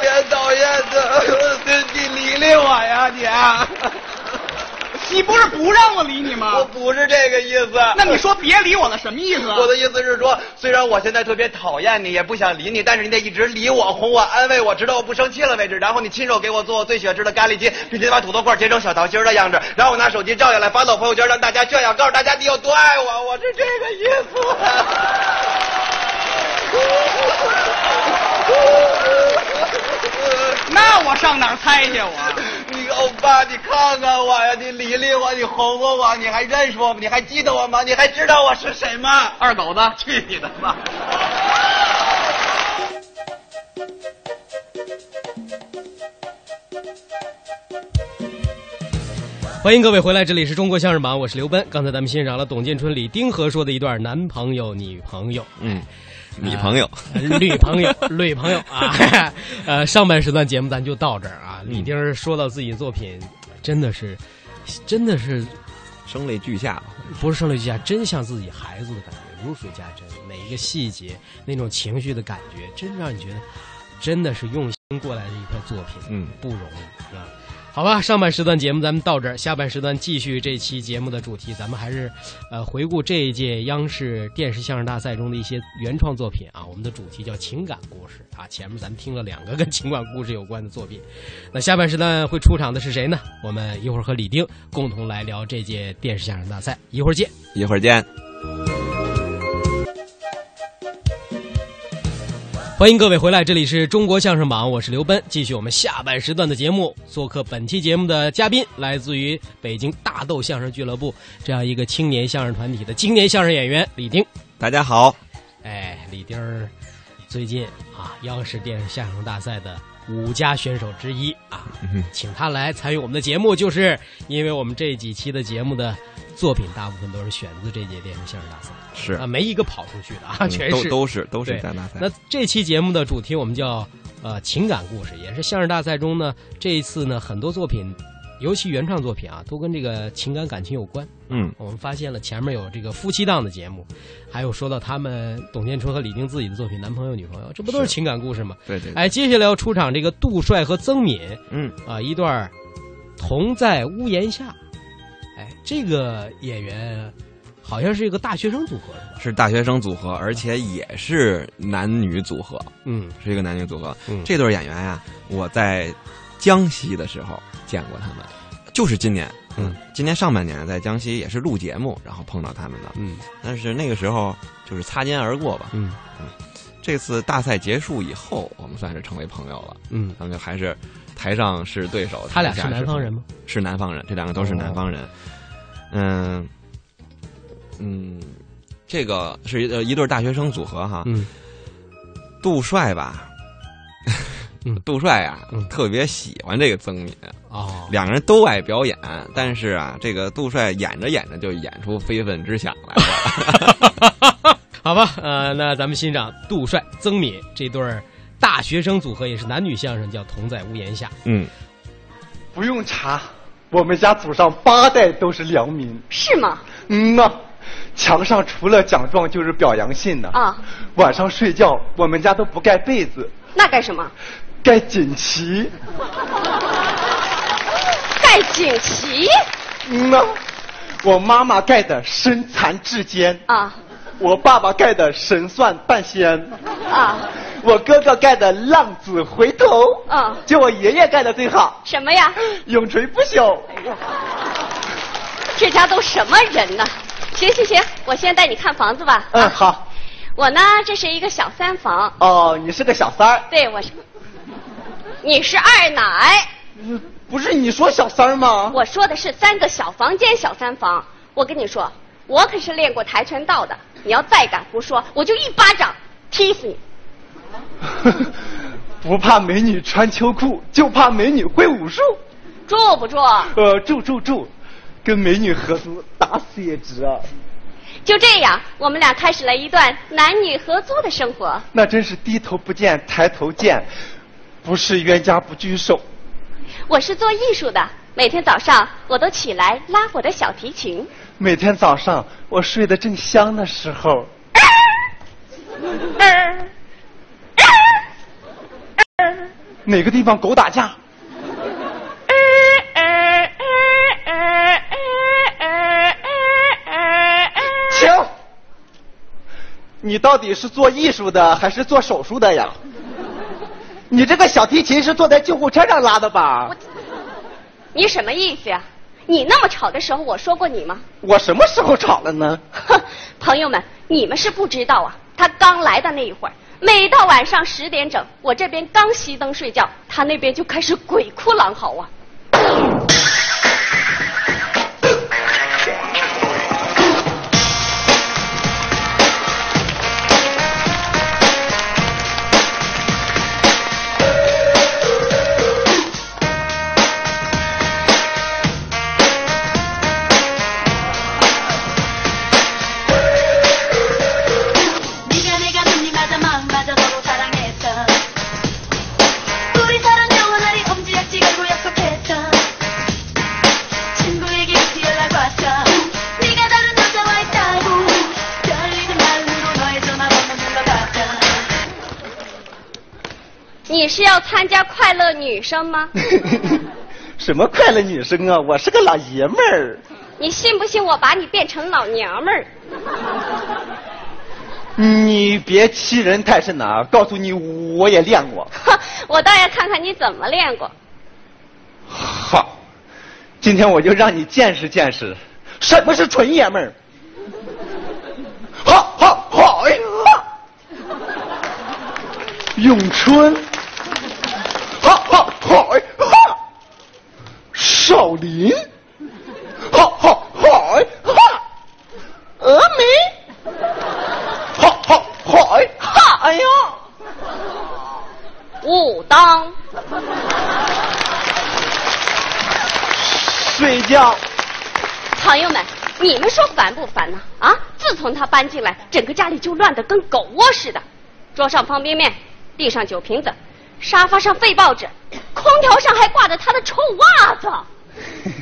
[SPEAKER 10] 别讨厌的，你理理我呀你！
[SPEAKER 9] 你不是不让我理你
[SPEAKER 10] 我
[SPEAKER 9] 吗？
[SPEAKER 10] 不是这个意思。
[SPEAKER 9] 那你说别理我了，什么意思啊？
[SPEAKER 10] 我的意思是说，虽然我现在特别讨厌你，也不想理你，但是你得一直理我、哄我、安慰我，直到我不生气了为止。然后你亲手给我做我最喜欢吃的咖喱鸡，并且把土豆块切成小桃心儿的样子，然后我拿手机照下来发到朋友圈，让大家炫耀，告诉大家你有多爱我。我是这个意思。
[SPEAKER 9] [LAUGHS] 那我上哪儿猜去我？
[SPEAKER 10] 你欧巴，你看看我呀，你理理我，你哄哄我，你还认识我吗？你还记得我吗？你还知道我是谁吗？
[SPEAKER 9] 二狗子，
[SPEAKER 10] 去你的吧！
[SPEAKER 3] 欢迎各位回来，这里是中国相声榜，我是刘奔。刚才咱们欣赏了董建春、李丁和说的一段男朋友、女朋友、
[SPEAKER 4] 嗯，女朋友，
[SPEAKER 3] 呃女朋友、女朋友啊。 [LAUGHS] 呃，上半时段节目咱就到这儿啊。李丁儿说到自己作品，真的是，真的是
[SPEAKER 4] 声泪俱下啊吧。
[SPEAKER 3] 不是声泪俱下，啊真像自己孩子的感觉，如数家珍。每一个细节，那种情绪的感觉，真让你觉得真的是用心过来的一块作品，
[SPEAKER 4] 嗯
[SPEAKER 3] 不容易啊。好吧，上半时段节目咱们到这儿，下半时段继续这期节目的主题，咱们还是，呃，回顾这一届央视电视相声大赛中的一些原创作品啊。我们的主题叫情感故事啊，前面咱们听了两个跟情感故事有关的作品，那下半时段会出场的是谁呢？我们一会儿和李丁共同来聊这届电视相声大赛，一会儿见。
[SPEAKER 4] 一会儿见。
[SPEAKER 3] 欢迎各位回来，这里是中国相声榜，我是刘奔，继续我们下半时段的节目。做客本期节目的嘉宾来自于北京大豆相声俱乐部这样一个青年相声团体的青年相声演员李丁。
[SPEAKER 4] 大家好，
[SPEAKER 3] 哎，李丁儿最近啊，央视电视相声大赛的五佳选手之一啊，请他来参与我们的节目，就是因为我们这几期的节目的作品大部分都是选自这届电视相声大赛
[SPEAKER 4] 是
[SPEAKER 3] 啊，没一个跑出去的啊，
[SPEAKER 4] 嗯
[SPEAKER 3] 全
[SPEAKER 4] 都
[SPEAKER 3] 是
[SPEAKER 4] 都是都
[SPEAKER 3] 对
[SPEAKER 4] 是在大赛
[SPEAKER 3] 那，这期节目的主题我们叫呃情感故事，也是相声大赛中呢，这一次呢很多作品，尤其原创作品啊，都跟这个情感感情有关。
[SPEAKER 4] 嗯，
[SPEAKER 3] 我们发现了前面有这个夫妻档的节目，还有说到他们董建春和李丁自己的作品《男朋友女朋友》，这不都是
[SPEAKER 4] 是
[SPEAKER 3] 情感故事吗？
[SPEAKER 4] 对对，对，
[SPEAKER 3] 哎，接下来要出场这个杜帅和曾敏
[SPEAKER 4] 嗯，
[SPEAKER 3] 啊、一段儿同在屋檐下。哎，这个演员好像是一个大学生组合是吧？
[SPEAKER 4] 是大学生组合，而且也是男女组合，
[SPEAKER 3] 嗯
[SPEAKER 4] 是一个男女组合。
[SPEAKER 3] 嗯
[SPEAKER 4] 这对演员呀、我在江西的时候见过他们，就是今年，
[SPEAKER 3] 嗯，
[SPEAKER 4] 今年上半年在江西也是录节目，然后碰到他们的，
[SPEAKER 3] 嗯
[SPEAKER 4] 但是那个时候就是擦肩而过吧。
[SPEAKER 3] 嗯
[SPEAKER 4] 这次大赛结束以后，我们算是成为朋友了，
[SPEAKER 3] 嗯，
[SPEAKER 4] 咱们就还是台上是对手，
[SPEAKER 3] 他俩
[SPEAKER 4] 台
[SPEAKER 3] 是
[SPEAKER 4] 下
[SPEAKER 3] 南方人吗？
[SPEAKER 4] 是南方人，这两个都是
[SPEAKER 3] 哦
[SPEAKER 4] 南方人。嗯嗯，这个是一呃一对儿大学生组合哈。
[SPEAKER 3] 嗯
[SPEAKER 4] 杜帅吧，
[SPEAKER 3] 嗯
[SPEAKER 4] [LAUGHS] 杜帅啊，
[SPEAKER 3] 嗯
[SPEAKER 4] 特别喜欢这个曾敏，
[SPEAKER 3] 哦，
[SPEAKER 4] 两个人都爱表演，但是啊，这个杜帅演着演着就演出非分之想来了。
[SPEAKER 3] [LAUGHS] [LAUGHS] 好吧，呃，那咱们欣赏杜帅、曾敏这对儿大学生组合，也是男女相声，叫《同在屋檐下》。
[SPEAKER 4] 嗯，
[SPEAKER 8] 不用查，我们家祖上八代都是良民。
[SPEAKER 7] 是吗？
[SPEAKER 8] 嗯呐、墙上除了奖状就是表扬信呐。
[SPEAKER 7] 啊，
[SPEAKER 8] 晚上睡觉我们家都不盖被子，
[SPEAKER 7] 那干什么？
[SPEAKER 8] 盖锦旗。
[SPEAKER 7] 盖锦旗
[SPEAKER 8] 嗯呐、我妈妈盖的身残志坚，
[SPEAKER 7] 啊
[SPEAKER 8] 我爸爸盖的神算半仙，
[SPEAKER 7] 啊！
[SPEAKER 8] 我哥哥盖的浪子回头，
[SPEAKER 7] 啊
[SPEAKER 8] 就我爷爷盖的最好，
[SPEAKER 7] 什么呀？
[SPEAKER 8] 永垂不朽。
[SPEAKER 7] 哎这家都什么人呢？行行行，我先带你看房子吧。
[SPEAKER 5] 呃
[SPEAKER 8] 嗯，好。
[SPEAKER 7] 我呢，这是一个小三房，
[SPEAKER 8] 哦，你是个小三儿。
[SPEAKER 7] 对我是，你是二奶，
[SPEAKER 8] 不是你说小三儿吗？ [LAUGHS]
[SPEAKER 7] 我说的是三个小房间小三房。我跟你说，我可是练过跆拳道的，你要再敢胡说，我就一巴掌踢死你。
[SPEAKER 8] 不怕美女穿秋裤，就怕美女会武术。
[SPEAKER 7] 住不住？
[SPEAKER 8] 呃，住住住，跟美女合租打死也值啊！
[SPEAKER 7] 就这样，我们俩开始了一段男女合租的生活。
[SPEAKER 8] 那真是低头不见抬头见，不是冤家不聚首。
[SPEAKER 7] 我是做艺术的，每天早上我都起来拉我的小提琴。
[SPEAKER 8] 每天早上我睡得正香的时候，
[SPEAKER 7] 儿
[SPEAKER 8] 哪个地方狗打架？停！你到底是做艺术的还是做手术的呀？你这个小提琴是坐在救护车上拉的吧？
[SPEAKER 7] 你什么意思呀？你那么吵的时候，我说过你吗？
[SPEAKER 8] 我什么时候吵了呢？
[SPEAKER 7] 哼， [LAUGHS] 朋友们，你们是不知道啊，他刚来的那一会儿，每到晚上十点整，我这边刚熄灯睡觉，他那边就开始鬼哭狼嚎啊。
[SPEAKER 5] 네가 내가 눈이마다 마음마다 너무 사랑했어 우리 사랑 영원하리 엄지약지 걸고 약속했어 친구에게 이렇게 연락 왔어 네가 다른 여자와 있다고 떨리는 마음으로 너의 전화번호 눌러봤어
[SPEAKER 7] 你是要参加快乐女生
[SPEAKER 8] [LAUGHS]
[SPEAKER 7] 吗？
[SPEAKER 8] 什么快乐女生啊！我是个老爷们儿。
[SPEAKER 7] 你信不信我把你变成老娘们儿？ [LAUGHS]
[SPEAKER 8] 你别欺人太甚啊！告诉你，我也练过。
[SPEAKER 7] 哼，我倒要看看你怎么练过。
[SPEAKER 8] 好，今天我就让你见识见识什么是纯爷们儿。好好好哎呀！咏春，哈哈海哈，哎少林，哈哈海哈，峨眉，哈哈海哈，哎呀，
[SPEAKER 5] 武当，
[SPEAKER 8] 睡觉，
[SPEAKER 7] 朋友们，你们说烦不烦呢、啊？自从他搬进来，整个家里就乱得跟狗窝似的，桌上方便面，地上酒瓶子，沙发上废报纸，空调上还挂着他的臭袜子。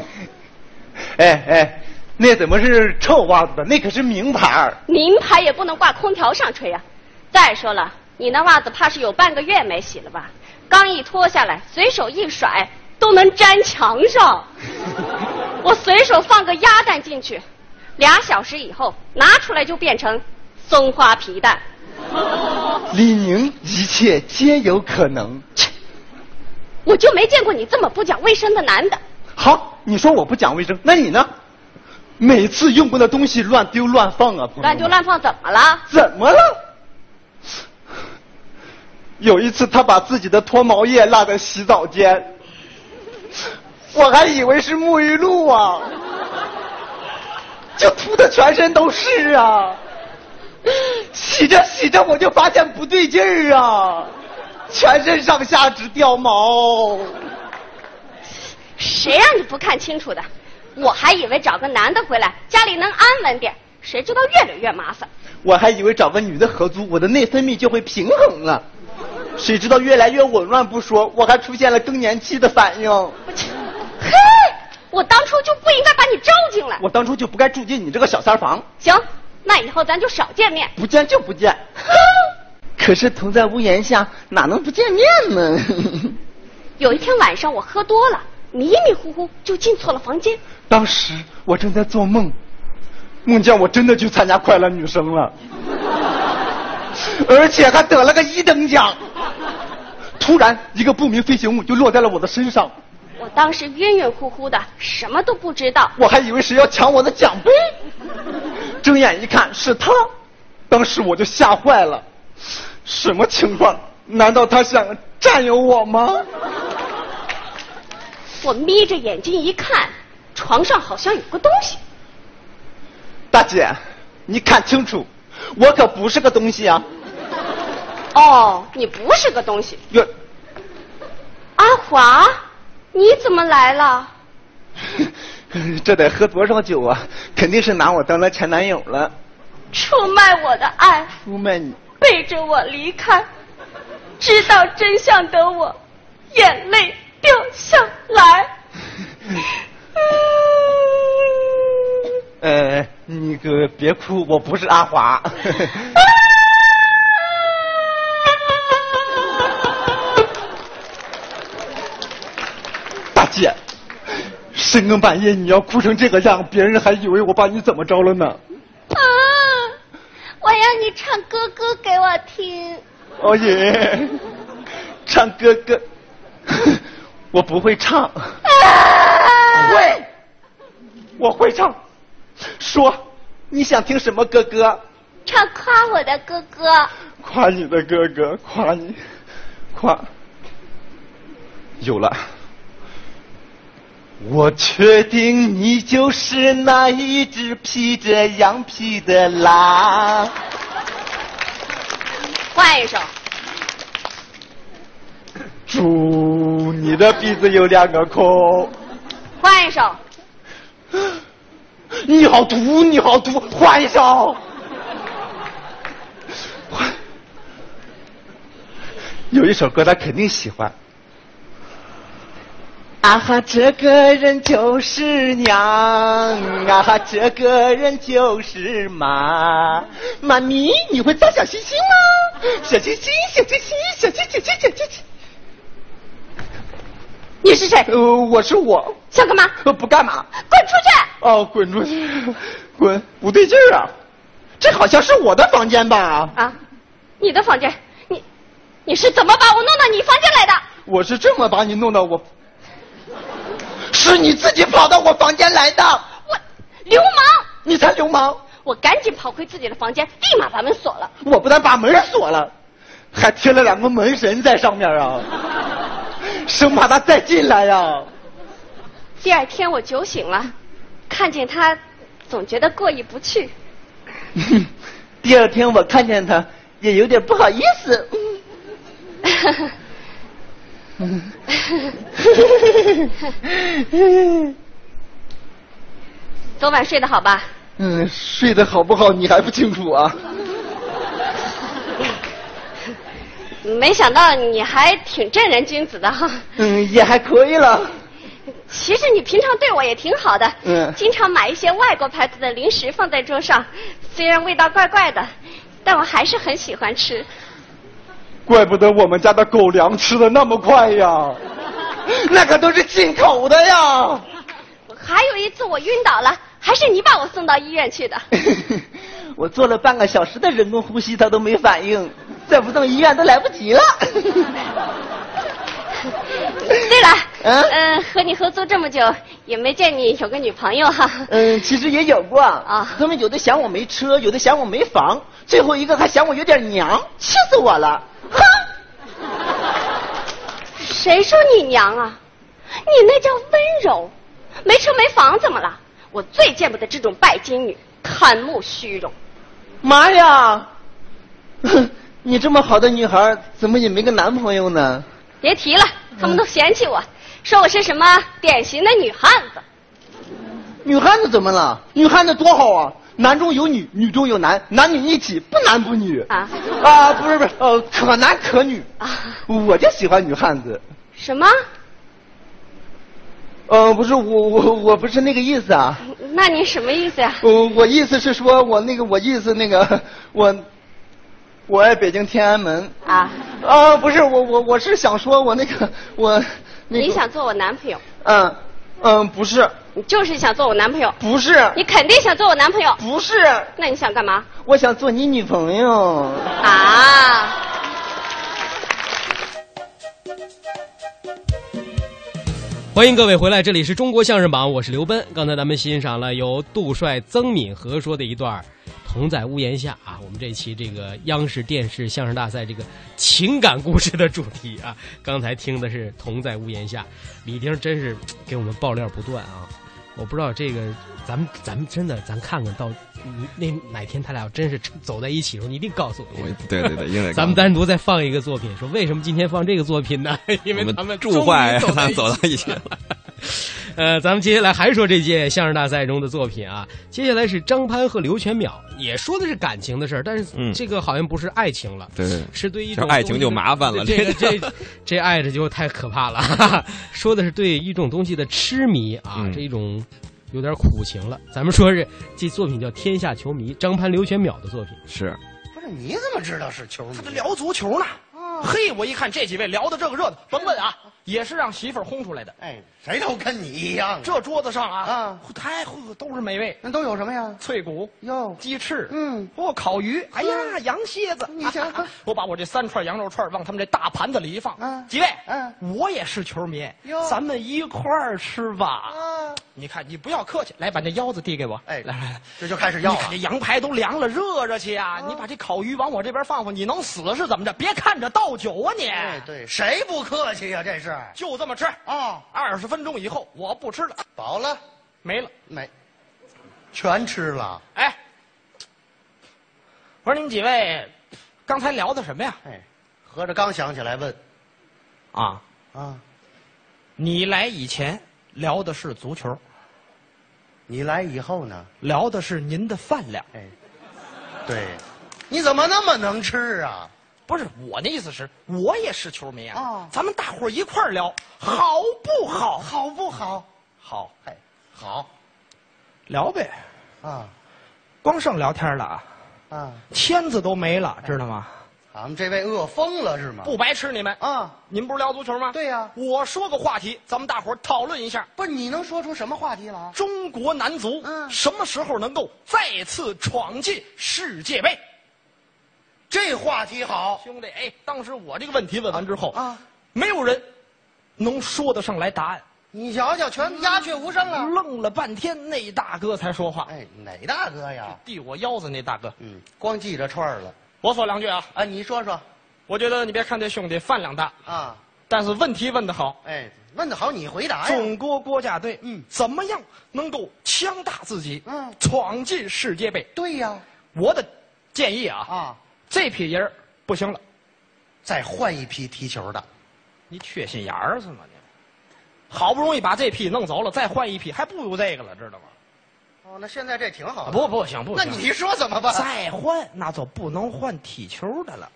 [SPEAKER 8] 哎哎，那怎么是臭袜子？那可是名牌儿。
[SPEAKER 7] 名牌也不能挂空调上吹啊！再说了，你那袜子怕是有半个月没洗了吧？刚一脱下来，随手一甩，都能粘墙上。我随手放个鸭蛋进去，俩小时以后拿出来就变成松花皮蛋。
[SPEAKER 8] 李宁，一切皆有可能。
[SPEAKER 7] 我就没见过你这么不讲卫生的男的。
[SPEAKER 8] 好，你说我不讲卫生，那你呢？每次用过的东西乱丢乱放啊，朋友
[SPEAKER 7] 乱丢乱放怎么了？
[SPEAKER 8] 怎么了？有一次他把自己的脱毛液落在洗澡间，我还以为是沐浴露啊，就涂的全身都是啊。洗着洗着我就发现不对劲儿啊，全身上下直掉毛。
[SPEAKER 7] 谁让你不看清楚的？我还以为找个男的回来，家里能安稳点，谁知道越来越麻烦。
[SPEAKER 8] 我还以为找个女的合租，我的内分泌就会平衡了，谁知道越来越紊乱不说，我还出现了更年期的反应。
[SPEAKER 7] 嘿，我当初就不应该把你招进来。
[SPEAKER 8] 我当初就不该住进你这个小三儿房，
[SPEAKER 7] 行，那以后咱就少见面。
[SPEAKER 8] 不见就不见。可是同在屋檐下，哪能不见面呢？
[SPEAKER 7] 有一天晚上我喝多了，迷迷糊糊就进错了房间。
[SPEAKER 8] 当时我正在做梦，梦见我真的去参加快乐女声了，而且还得了个一等奖。突然，一个不明飞行物就落在了我的身上，
[SPEAKER 7] 我当时晕晕乎乎的，什么都不知道。
[SPEAKER 8] 我还以为谁要抢我的奖杯，睁眼一看是他，当时我就吓坏了，什么情况？难道他想占有我吗？
[SPEAKER 7] 我眯着眼睛一看，床上好像有个东西。
[SPEAKER 8] 大姐，你看清楚，我可不是个东西啊！
[SPEAKER 7] 哦，你不是个东西。
[SPEAKER 8] 哟， [LAUGHS]
[SPEAKER 7] 阿华，你怎么来了？
[SPEAKER 8] 这得喝多少酒啊？肯定是拿我当了前男友了。
[SPEAKER 7] 出卖我的爱，
[SPEAKER 8] 出卖你，
[SPEAKER 7] 背着我离开，知道真相的我，眼泪掉下
[SPEAKER 8] [LAUGHS]
[SPEAKER 7] 来。
[SPEAKER 8] 呃，你可别哭，我不是阿华。 [LAUGHS] 大姐，深更半夜你要哭成这个样，别人还以为我把你怎么着了呢。
[SPEAKER 6] 啊，我要你唱歌歌给我听。
[SPEAKER 8] 哦耶，唱歌歌，我不会唱，会，我会唱。说，你想听什么歌歌？
[SPEAKER 6] 唱夸我的哥哥，
[SPEAKER 8] 夸你的哥哥，夸你，夸。有了，我确定你就是那一只披着羊皮的狼。
[SPEAKER 7] 换一首，
[SPEAKER 8] 猪，你的鼻子有两个孔。
[SPEAKER 7] 换一首，
[SPEAKER 8] 你好毒，你好毒，换一首。换，有一首歌他肯定喜欢。啊哈，这个人就是娘，啊哈，这个人就是妈。妈咪，你会造小星星吗？小星星，小星星，小星星，小星星小星星。
[SPEAKER 7] 你是谁？
[SPEAKER 8] 呃，我是我，
[SPEAKER 7] 想干嘛？
[SPEAKER 8] 呃，不干嘛。
[SPEAKER 7] 滚出去！
[SPEAKER 8] 哦，滚出去，滚！不对劲儿啊，这好像是我的房间吧？
[SPEAKER 7] 啊，你的房间，你你是怎么把我弄到你房间来的？
[SPEAKER 8] 我是这么把你弄到我， [LAUGHS] 是你自己跑到我房间来的，
[SPEAKER 7] 我流氓！
[SPEAKER 8] 你才流氓！
[SPEAKER 7] 我赶紧跑回自己的房间，立马把门锁了。
[SPEAKER 8] 我不但把门锁了，还贴了两个门神在上面 [LAUGHS] 啊，生怕他再进来啊呀、
[SPEAKER 7] 第二天我酒醒了，看见他，总觉得过意不去。
[SPEAKER 8] [LAUGHS] 第二天我看见他，也有点不好意思。
[SPEAKER 7] 昨晚睡得好吧？
[SPEAKER 8] 嗯，睡得好不好你还不清楚啊？
[SPEAKER 7] 没想到你还挺正人君子的哈。
[SPEAKER 8] 嗯，也还可以了。
[SPEAKER 7] 其实你平常对我也挺好的，
[SPEAKER 8] 嗯
[SPEAKER 7] 经常买一些外国牌子的零食放在桌上，虽然味道怪怪的，但我还是很喜欢吃。
[SPEAKER 8] 怪不得我们家的狗粮吃的那么快呀， [LAUGHS] 那可都是进口的呀。
[SPEAKER 7] 还有一次我晕倒了，还是你把我送到医院去
[SPEAKER 8] [LAUGHS]
[SPEAKER 7] 的。
[SPEAKER 8] [LAUGHS] 我做了半个小时的人工呼吸，它都没反应，再不送医院都来不 [LAUGHS] 及了。
[SPEAKER 7] 对了，
[SPEAKER 8] 嗯
[SPEAKER 7] 呃和你合租这么久，也没见你有个女朋友哈。
[SPEAKER 8] 嗯，其实也有过
[SPEAKER 7] 啊
[SPEAKER 8] 他们有的嫌我没车，有的嫌我没房，最后一个还嫌我有点娘，气死我了！哼，
[SPEAKER 7] 谁说你娘啊？你那叫温柔。没车没房怎么了？我最见不得这种拜金女，贪慕虚荣。
[SPEAKER 8] 妈呀！ [LAUGHS] 哼你这么好的女孩，怎么也没个男朋友呢？
[SPEAKER 7] 别提了，
[SPEAKER 8] 嗯
[SPEAKER 7] 他们都嫌弃我，说我是什么典型的女汉子。
[SPEAKER 8] 女汉子怎么了？女汉子多好啊！男中有女，女中有男，男女一起，不男不女
[SPEAKER 7] 啊
[SPEAKER 8] 啊！不是不是，呃，可男可女
[SPEAKER 7] 啊
[SPEAKER 8] 我就喜欢女汉子。
[SPEAKER 7] 什么？
[SPEAKER 8] 呃，不是我我我不是那个意思啊，
[SPEAKER 7] 那你什么意思呀、
[SPEAKER 8] 我我意思是说我那个我意思那个我，我爱北京天安门。
[SPEAKER 7] 啊？
[SPEAKER 8] 啊，不是我我我是想说我那个我那个
[SPEAKER 7] 你想做我男朋友？
[SPEAKER 8] 嗯嗯不是
[SPEAKER 7] 你就是想做我男朋友？
[SPEAKER 8] 不是
[SPEAKER 7] 你肯定想做我男朋友？
[SPEAKER 8] 不是，
[SPEAKER 7] 那你想干嘛？
[SPEAKER 8] 我想做你女朋友。
[SPEAKER 7] 啊！
[SPEAKER 3] 欢迎各位回来，这里是中国相声榜，我是刘奔。刚才咱们欣赏了由杜帅、曾敏和说的一段儿《同在屋檐下》啊，我们这期这个央视电视相声大赛这个情感故事的主题啊，刚才听的是《同在屋檐下》，李丁真是给我们爆料不断啊。我不知道这个，咱们咱们真的，咱看看到你那哪天他俩要真是走在一起的时候，你一定告诉
[SPEAKER 4] 我
[SPEAKER 3] 我。
[SPEAKER 4] 对对对，因为
[SPEAKER 3] 咱们单独再放一个作品，说为什么今天放这个作品呢？ [LAUGHS] 因为
[SPEAKER 4] 我
[SPEAKER 3] 咱们终于
[SPEAKER 4] 住坏，
[SPEAKER 3] 走到
[SPEAKER 4] 咱
[SPEAKER 3] 一起
[SPEAKER 4] 走到一起了。
[SPEAKER 3] 呃，咱们接下来还说这届相声大赛中的作品啊。接下来是张潘和刘全淼，也说的是感情的事儿，但是
[SPEAKER 4] 嗯
[SPEAKER 3] 这个好像不是爱情了，
[SPEAKER 4] 对对对
[SPEAKER 3] 是对一
[SPEAKER 4] 这
[SPEAKER 3] 种
[SPEAKER 4] 爱情就麻烦了
[SPEAKER 3] 这个
[SPEAKER 4] 这
[SPEAKER 3] 这 [LAUGHS] 这爱着就太可怕了， [LAUGHS] 哈哈说的是对一种东西的痴迷啊，
[SPEAKER 4] 嗯
[SPEAKER 3] 这一种有点苦情了。咱们说是这作品叫《天下球迷》，张潘刘全淼的作品。
[SPEAKER 4] 是，
[SPEAKER 9] 不是你怎么知道是球迷？
[SPEAKER 11] 他聊足球呢。嘿，我一看这几位聊的这个热闹，甭问啊，也是让媳妇儿轰出来的。
[SPEAKER 9] 哎，谁都跟你一样啊。
[SPEAKER 11] 这桌子上啊，
[SPEAKER 9] 啊
[SPEAKER 11] 太都是美味，
[SPEAKER 9] 那都有什么呀？
[SPEAKER 11] 脆骨、
[SPEAKER 9] 哟，
[SPEAKER 11] 鸡翅，
[SPEAKER 9] 嗯
[SPEAKER 11] 哦，烤鱼，哎呀，羊蝎子。
[SPEAKER 9] 你瞧
[SPEAKER 11] 我把我这三串羊肉串往他们这大盘子里一放，
[SPEAKER 9] 嗯
[SPEAKER 11] 几位，
[SPEAKER 9] 嗯
[SPEAKER 11] 我也是球迷
[SPEAKER 9] 哟，
[SPEAKER 11] 咱们一块儿吃吧。
[SPEAKER 9] 啊，
[SPEAKER 11] 你看，你不要客气，来把那腰子递给我。
[SPEAKER 9] 哎，
[SPEAKER 11] 来来来。
[SPEAKER 9] 这啊就开始
[SPEAKER 11] 你
[SPEAKER 9] 要
[SPEAKER 11] 看
[SPEAKER 9] 了
[SPEAKER 11] 这。羊排都凉了，热热去
[SPEAKER 9] 哦
[SPEAKER 11] 啊！你把这烤鱼往我这边放放，你能死是怎么着？别看着倒酒啊你！
[SPEAKER 9] 哎，对，谁不客气呀？这是
[SPEAKER 11] 就这么吃。
[SPEAKER 9] 哦
[SPEAKER 11] 二十分钟以后我不吃了，
[SPEAKER 9] 饱了
[SPEAKER 11] 没了。
[SPEAKER 9] 没？全吃了。
[SPEAKER 11] 哎，我说你们几位刚才聊的什么呀？
[SPEAKER 9] 哎，合着刚想起来问
[SPEAKER 11] 啊，
[SPEAKER 9] 啊，
[SPEAKER 11] 你来以前聊的是足球，
[SPEAKER 9] 你来以后呢？
[SPEAKER 11] 聊的是您的饭量。
[SPEAKER 9] 哎，对，你怎么那么能吃啊？
[SPEAKER 11] 不是我那意思是，我也是球迷啊。
[SPEAKER 9] 哦
[SPEAKER 11] 咱们大伙儿一块儿聊，好不好？
[SPEAKER 9] 好不好？
[SPEAKER 11] 好，
[SPEAKER 9] 哎，好
[SPEAKER 11] 聊呗，
[SPEAKER 9] 啊
[SPEAKER 11] 光剩聊天了啊，
[SPEAKER 9] 啊！
[SPEAKER 11] 签子都没了，知道吗？
[SPEAKER 9] 哎俺们这位饿疯了是吗？
[SPEAKER 11] 不白吃你们！
[SPEAKER 9] 啊，
[SPEAKER 11] 您不是聊足球吗？
[SPEAKER 9] 对呀
[SPEAKER 11] 我说个话题，咱们大伙儿讨论一下。
[SPEAKER 9] 不是你能说出什么话题来？
[SPEAKER 11] 中国男足，
[SPEAKER 9] 嗯
[SPEAKER 11] 什么时候能够再次闯进世界杯？
[SPEAKER 9] 这话题好，
[SPEAKER 11] 兄弟，哎，当时我这个问题问完之后
[SPEAKER 9] 啊
[SPEAKER 11] 没有人能说得上来答案，
[SPEAKER 9] 你瞧瞧，全鸦雀无声了。
[SPEAKER 11] 愣了半天，那大哥才说话，
[SPEAKER 9] 哎，哪大哥呀？
[SPEAKER 11] 递我腰子那大哥，
[SPEAKER 9] 嗯，光记着串儿了
[SPEAKER 11] 我说两句啊，
[SPEAKER 9] 啊！你说说，
[SPEAKER 11] 我觉得你别看这兄弟饭量大，
[SPEAKER 9] 啊，
[SPEAKER 11] 但是问题问得好。
[SPEAKER 9] 哎，问的好，你回答呀。
[SPEAKER 11] 中国国家队，哎嗯，怎么样能够强大自己，嗯，闯进世界杯？
[SPEAKER 9] 对呀，
[SPEAKER 11] 我的建议啊，
[SPEAKER 9] 啊，
[SPEAKER 11] 这批人儿不行了，
[SPEAKER 9] 再换一批踢球的，
[SPEAKER 11] 你缺心眼儿是吗你？好不容易把这批弄走了，再换一批，还不如这个了，知道吗？
[SPEAKER 9] 哦，那现在这挺好的。
[SPEAKER 11] 啊不不行不
[SPEAKER 9] 那
[SPEAKER 11] 行，
[SPEAKER 9] 你说怎么办？
[SPEAKER 11] 再换那就不能换踢球的了，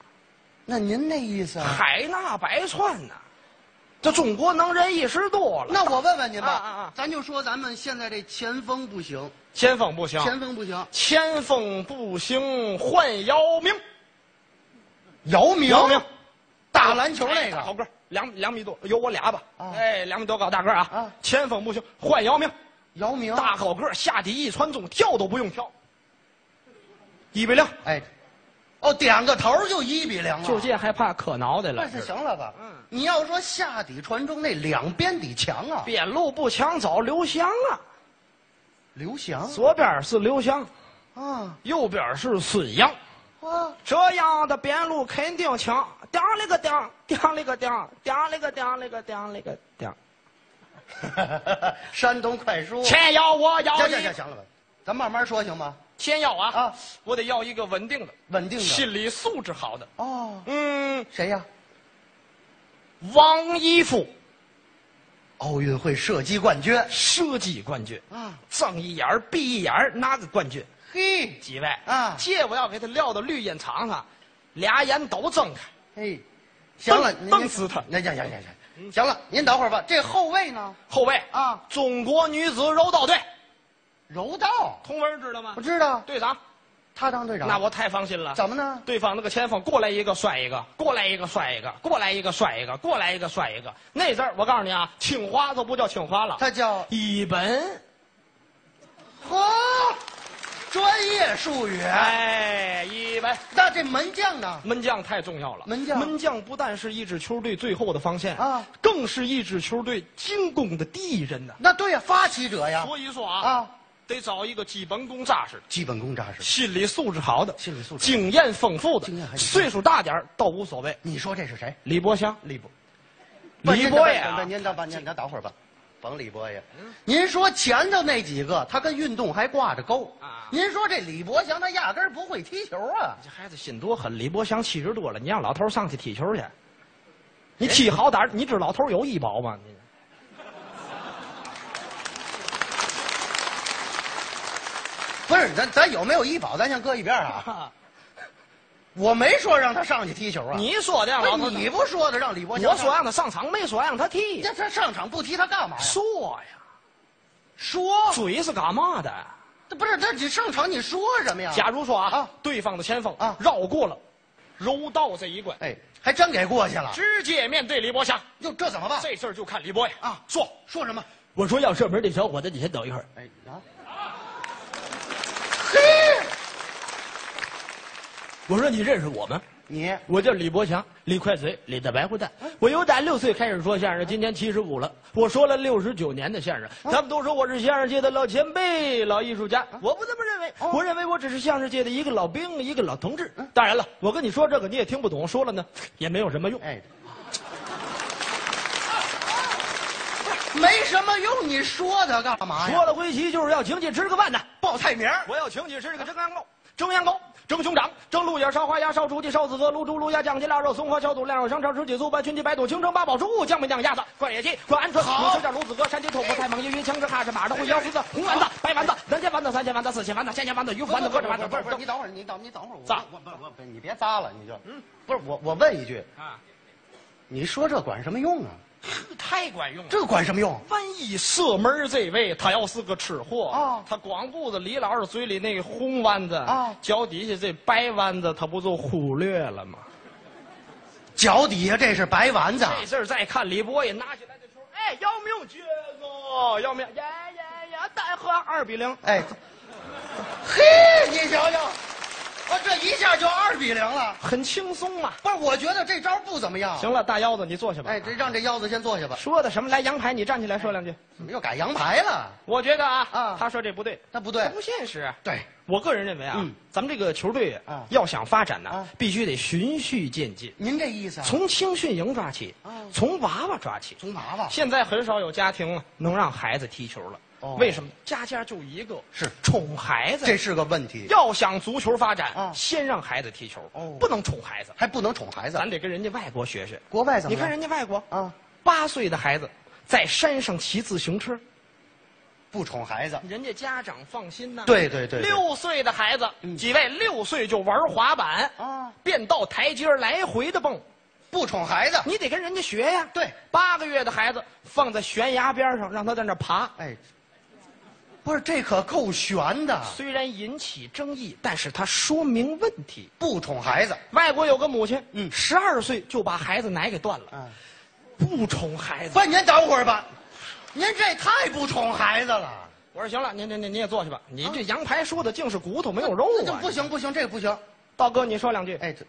[SPEAKER 9] 那您那意思啊？
[SPEAKER 11] 海纳百川呐、这中国能人一时多了。
[SPEAKER 9] 那我问问您吧，
[SPEAKER 11] 啊啊啊
[SPEAKER 9] 咱就说咱们现在这前锋不行，
[SPEAKER 11] 前锋不行，
[SPEAKER 9] 前锋不行，
[SPEAKER 11] 前锋不行，换姚明，
[SPEAKER 9] 姚明，
[SPEAKER 11] 姚明，
[SPEAKER 9] 打篮球那
[SPEAKER 11] 哎大
[SPEAKER 9] 个
[SPEAKER 11] 高个儿两两米多，有我俩吧？
[SPEAKER 9] 啊
[SPEAKER 11] 哎，两米多高大个儿啊！
[SPEAKER 9] 啊
[SPEAKER 11] 前锋不行，换姚明，
[SPEAKER 9] 姚明，
[SPEAKER 11] 大高个儿下底一传中，跳都不用跳，一比零，
[SPEAKER 9] 哎，哦，点个头就一比零了，
[SPEAKER 11] 就这还怕磕脑袋了？
[SPEAKER 9] 那是行了吧？
[SPEAKER 11] 嗯
[SPEAKER 9] 你要说下底传中那两边底强啊，
[SPEAKER 11] 边路不抢找刘翔啊，
[SPEAKER 9] 刘翔
[SPEAKER 11] 左边是刘翔，
[SPEAKER 9] 啊
[SPEAKER 11] 右边是孙杨，
[SPEAKER 9] 啊，
[SPEAKER 11] 这样的边路肯定强。顶了个顶，顶了个顶，顶了个顶了个顶了个顶。
[SPEAKER 9] [LAUGHS] 山东快书，
[SPEAKER 11] 前腰我要
[SPEAKER 9] 行
[SPEAKER 11] 一
[SPEAKER 9] 行行，行了吧？咱慢慢说行吗？
[SPEAKER 11] 前腰啊
[SPEAKER 9] 啊
[SPEAKER 11] 我得要一个稳定的、
[SPEAKER 9] 稳定的
[SPEAKER 11] 心理素质好的。
[SPEAKER 9] 哦，
[SPEAKER 11] 嗯，
[SPEAKER 9] 谁呀？
[SPEAKER 11] 王一夫
[SPEAKER 9] 奥运会射击冠军
[SPEAKER 11] 射击冠军，
[SPEAKER 9] 啊，
[SPEAKER 11] 睁一眼儿闭一眼儿拿个冠军。
[SPEAKER 9] 嘿，
[SPEAKER 11] 几位
[SPEAKER 9] 啊
[SPEAKER 11] 这我要给他撂到绿茵场上，俩眼都睁开。
[SPEAKER 9] 嘿，行了，
[SPEAKER 11] 蹬
[SPEAKER 9] 您
[SPEAKER 11] 蹬死他嗯
[SPEAKER 9] 那行行行行，行了，您等会儿吧。这后卫呢？
[SPEAKER 11] 后卫
[SPEAKER 9] 啊
[SPEAKER 11] 中国女子柔道队，
[SPEAKER 9] 柔道，
[SPEAKER 11] 童文知道吗
[SPEAKER 9] 我？知道，
[SPEAKER 11] 队长，
[SPEAKER 9] 他当队长。
[SPEAKER 11] 那我太放心了。
[SPEAKER 9] 怎么呢？
[SPEAKER 11] 对方那个前锋过来一个摔一个，过来一个摔一个，过来一个摔一个，过来一个摔一个。那阵儿我告诉你啊，清华都不叫清华了，
[SPEAKER 9] 他叫
[SPEAKER 11] 一本。
[SPEAKER 9] 呵，专业术语。
[SPEAKER 11] 哎，一本。
[SPEAKER 9] 那这门将呢？
[SPEAKER 11] 门将太重要了。
[SPEAKER 9] 门将
[SPEAKER 11] 门将不但是一支球队最后的防线
[SPEAKER 9] 啊
[SPEAKER 11] 更是一支球队进攻的第一人呐。
[SPEAKER 9] 那对呀，发起者呀。
[SPEAKER 11] 所以说啊，
[SPEAKER 9] 啊，
[SPEAKER 11] 得找一个基本功扎实的、
[SPEAKER 9] 基本功扎实。
[SPEAKER 11] 心理素质好的、
[SPEAKER 9] 心理素质
[SPEAKER 11] 经验丰富的、
[SPEAKER 9] 经验还行
[SPEAKER 11] 岁数大点儿倒无所谓。
[SPEAKER 9] 你说这是谁？
[SPEAKER 11] 李博祥，
[SPEAKER 9] 李博。
[SPEAKER 11] 李博啊呀，嗯
[SPEAKER 9] 那您等吧，您等等会儿吧，甭李博呀。您说前头那几个，他跟运动还挂着钩
[SPEAKER 11] 啊。
[SPEAKER 9] 您说这李博祥，他压根儿不会踢球啊。
[SPEAKER 11] 这孩子心多狠。李博祥七十多了，你让老头儿上去踢球去，你踢好歹儿，你知道老头儿有医保吗？你
[SPEAKER 9] 不是，咱咱有没有医保，咱先搁一边儿啊。
[SPEAKER 11] [LAUGHS]
[SPEAKER 9] 我没说让他上去踢球啊。
[SPEAKER 11] [LAUGHS] 哎你说的，老头
[SPEAKER 9] 不
[SPEAKER 11] 儿
[SPEAKER 9] 是你不说的，让李博祥
[SPEAKER 11] 我
[SPEAKER 9] 上。
[SPEAKER 11] 说让他上场，没说让他踢。
[SPEAKER 9] 这他上场不踢他干嘛呀？
[SPEAKER 11] 说呀，
[SPEAKER 9] 说，
[SPEAKER 11] 嘴是干嘛的？
[SPEAKER 9] 这不是他你上场你说什么呀？
[SPEAKER 11] 假如说啊，
[SPEAKER 9] 啊
[SPEAKER 11] 对方的前锋
[SPEAKER 9] 啊
[SPEAKER 11] 绕过了柔道这一关，
[SPEAKER 9] 哎，还真给过去了。
[SPEAKER 11] 直接面对李博祥，
[SPEAKER 9] 哟，这怎么办？
[SPEAKER 11] 这事儿就看李博呀
[SPEAKER 9] 啊
[SPEAKER 11] 说，
[SPEAKER 9] 说什么？
[SPEAKER 11] 我说要射门的小伙子，你先等一会儿。
[SPEAKER 9] 哎啊，
[SPEAKER 11] 我说你认识我吗？
[SPEAKER 9] 你
[SPEAKER 11] 我叫李博祥，李快嘴，李大白胡蛋。我由打六岁开始说相声，今年七十五了。我说了六十九年的相声，他们都说我是相声界的老前辈、老艺术家。我不这么认为，我认为我只是相声界的一个老兵、一个老同志。当然了，我跟你说这个你也听不懂，说了呢也没有什么用。
[SPEAKER 9] 哎，没什么用，你说他干嘛呀？
[SPEAKER 11] 说了归期就是要请你吃个饭的，
[SPEAKER 9] 报菜名儿，
[SPEAKER 11] 我要请你吃这个蒸羊羔、蒸羊羔、蒸熊掌、蒸鹿眼、烧花鸭、烧雏鸡、烧子鹅、卤猪、卤鸭、酱鸡、腊肉、松花小肚、晾肉香肠、吃脊酥、白群鸡、白肚、清蒸八宝猪、酱焖酱鸭子、灌野鸡、灌鹌鹑、卤水饺、卤子鹅、山鸡、豆腐、太猛、鱼鱼、枪支、哈士马的、烩腰丝子、红丸子、白丸子、南煎丸子、三鲜丸子、四鲜丸子、鲜鲜丸子、鱼腐丸子、
[SPEAKER 9] 不
[SPEAKER 11] 锅
[SPEAKER 9] 是
[SPEAKER 11] 子丸子。
[SPEAKER 9] 不是不是，你等会儿，你等你等会儿，我
[SPEAKER 11] 咋嗯
[SPEAKER 9] 我不我不，你别扎了，你就不是我我问一句，
[SPEAKER 11] 啊，
[SPEAKER 9] 你说这管什么用啊？
[SPEAKER 11] 太管用了。
[SPEAKER 9] 这管什么用？
[SPEAKER 11] 万一射门这位他要是个吃货
[SPEAKER 9] 啊
[SPEAKER 11] 他光顾着李老师嘴里那个红丸子
[SPEAKER 9] 啊
[SPEAKER 11] 脚底下这白丸子，他不就忽略了吗？
[SPEAKER 9] 脚底下这是白丸子，
[SPEAKER 11] 这事儿再看李博也拿起来这球，哎，要命，撅子，要命，呀呀呀，再喝二比零。嗯
[SPEAKER 9] 哎，嘿，你瞧瞧，我这一下就二比零了，
[SPEAKER 11] 很轻松嘛。
[SPEAKER 9] 不是，我觉得这招不怎么样。
[SPEAKER 11] 啊行了，大腰子，你坐下吧。
[SPEAKER 9] 哎，这让这腰子先坐下吧。
[SPEAKER 11] 说的什么来羊排？你站起来说两句。
[SPEAKER 9] 怎么又改羊排了？
[SPEAKER 11] 哎我觉得啊，
[SPEAKER 9] 啊
[SPEAKER 11] 他说这不对，
[SPEAKER 9] 那不对
[SPEAKER 11] 这不现实。啊
[SPEAKER 9] 对，
[SPEAKER 11] 我个人认为啊，
[SPEAKER 9] 嗯
[SPEAKER 11] 咱们这个球队
[SPEAKER 9] 啊
[SPEAKER 11] 要想发展呢、
[SPEAKER 9] 啊
[SPEAKER 11] 必须得循序渐进，
[SPEAKER 9] 您这意思啊？
[SPEAKER 11] 从青训营抓起，
[SPEAKER 9] 啊
[SPEAKER 11] 从娃娃抓起。
[SPEAKER 9] 从娃娃
[SPEAKER 11] 现在很少有家庭能让孩子踢球了，
[SPEAKER 9] 哦
[SPEAKER 11] 为什么？家家就一个，
[SPEAKER 9] 是
[SPEAKER 11] 宠孩子。
[SPEAKER 9] 这是个问题，
[SPEAKER 11] 要想足球发展，
[SPEAKER 9] 啊
[SPEAKER 11] 先让孩子踢球，
[SPEAKER 9] 哦
[SPEAKER 11] 不能宠孩子。啊
[SPEAKER 9] 还不能宠孩子。
[SPEAKER 11] 咱得跟人家外国学学。
[SPEAKER 9] 国外怎么
[SPEAKER 11] 你
[SPEAKER 9] 样？
[SPEAKER 11] 看人家外国，
[SPEAKER 9] 啊，
[SPEAKER 11] 八岁的孩子在山上骑自行车，
[SPEAKER 9] 不宠孩子，
[SPEAKER 11] 人家家长放心呐、
[SPEAKER 9] 对对对对
[SPEAKER 11] 六岁的孩子，几位六岁就玩滑板
[SPEAKER 9] 啊
[SPEAKER 11] 变道台阶来回的蹦，
[SPEAKER 9] 不宠孩子。
[SPEAKER 11] 你得跟人家学呀。
[SPEAKER 9] 对
[SPEAKER 11] 八个月的孩子放在悬崖边上，让他在那儿爬。
[SPEAKER 9] 哎，不是这可够悬的，
[SPEAKER 11] 虽然引起争议，但是他说明问题。
[SPEAKER 9] 不宠孩子。
[SPEAKER 11] 外国有个母亲，
[SPEAKER 9] 嗯
[SPEAKER 11] 十二岁就把孩子奶给断了，
[SPEAKER 9] 啊，
[SPEAKER 11] 不宠孩子
[SPEAKER 9] 不。，您等会儿吧，您这太不宠孩子了。啊
[SPEAKER 11] 我说行了，您您您您也坐下吧。你这羊排说的竟是骨头没有肉
[SPEAKER 9] 那就
[SPEAKER 11] 啊！
[SPEAKER 9] 不，行不行，这个不行。
[SPEAKER 11] 道哥你说两句。
[SPEAKER 9] 哎，这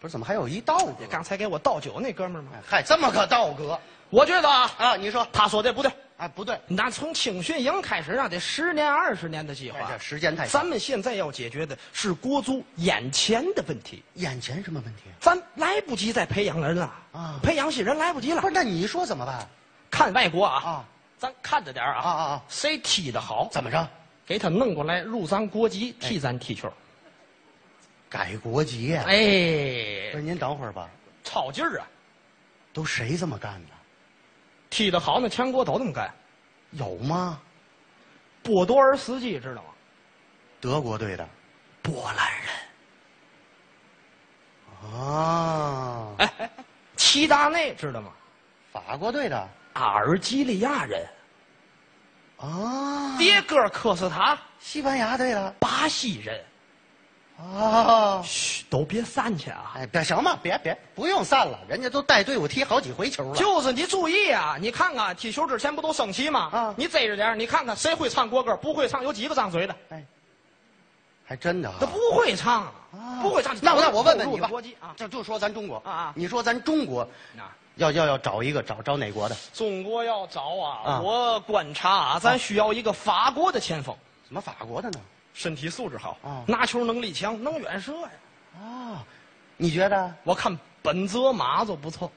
[SPEAKER 9] 不是怎么还有一道哥？
[SPEAKER 11] 刚才给我倒酒那哥们儿吗？
[SPEAKER 9] 哎嗨，这么个道哥
[SPEAKER 11] 我觉得啊，
[SPEAKER 9] 啊？你说？
[SPEAKER 11] 他说的不对。
[SPEAKER 9] 哎，不对，
[SPEAKER 11] 那从青训营开始啊，得十年二十年的计
[SPEAKER 9] 哎
[SPEAKER 11] 划
[SPEAKER 9] 这，时间太长
[SPEAKER 11] 咱们现在要解决的是国足眼前的问题，
[SPEAKER 9] 眼前什么问题？
[SPEAKER 11] 咱来不及再培养人了
[SPEAKER 9] 啊
[SPEAKER 11] 培养起人来不及了
[SPEAKER 9] 不。是，那你说怎么办？
[SPEAKER 11] 看外国啊，
[SPEAKER 9] 啊
[SPEAKER 11] 咱看着点儿啊
[SPEAKER 9] 啊啊啊
[SPEAKER 11] 谁踢得好，
[SPEAKER 9] 怎么着？
[SPEAKER 11] 给他弄过来入咱国籍，
[SPEAKER 9] 哎
[SPEAKER 11] 替咱踢球。
[SPEAKER 9] 改国籍呀？
[SPEAKER 11] 哎
[SPEAKER 9] 不是，，您等会儿吧，
[SPEAKER 11] 操劲儿啊！
[SPEAKER 9] 都谁这么干的？
[SPEAKER 11] 踢得好，那全国都这么干。
[SPEAKER 9] 有吗？
[SPEAKER 11] 波多尔斯基知道吗？
[SPEAKER 9] 德国队的
[SPEAKER 11] 波兰人。
[SPEAKER 9] 啊，
[SPEAKER 11] 哎哎，哎齐达内知道吗？
[SPEAKER 9] 法国队的
[SPEAKER 11] 阿尔及利亚人，
[SPEAKER 9] 啊，
[SPEAKER 11] 迭戈尔科斯塔，
[SPEAKER 9] 西班牙队的
[SPEAKER 11] 巴西人。
[SPEAKER 9] 啊。
[SPEAKER 11] 嘘，都别散去啊！
[SPEAKER 9] 哎，别行吧，别别，不用散了，人家都带队伍踢好几回球了。
[SPEAKER 11] 就是你注意啊，你看看踢球之前不都升旗吗？
[SPEAKER 9] 啊
[SPEAKER 11] 你逮着点儿你看看谁会唱国歌，不会唱有几个张嘴的？
[SPEAKER 9] 哎，还真的啊
[SPEAKER 11] 他不会唱，
[SPEAKER 9] 啊
[SPEAKER 11] 不会唱。
[SPEAKER 9] 那我那我问问你吧
[SPEAKER 11] 国籍，啊，
[SPEAKER 9] 就就说咱中国
[SPEAKER 11] 啊啊
[SPEAKER 9] 你说咱中国
[SPEAKER 11] 那
[SPEAKER 9] 要要要找一个找找哪国的？
[SPEAKER 11] 中国要找啊，
[SPEAKER 9] 啊
[SPEAKER 11] 我观察啊，咱需要一个法国的前锋，
[SPEAKER 9] 怎么法国的呢？
[SPEAKER 11] 身体素质好，
[SPEAKER 9] 啊
[SPEAKER 11] 拿球能力强，能远射呀。
[SPEAKER 9] 啊，你觉得
[SPEAKER 11] 我看本泽马就不错，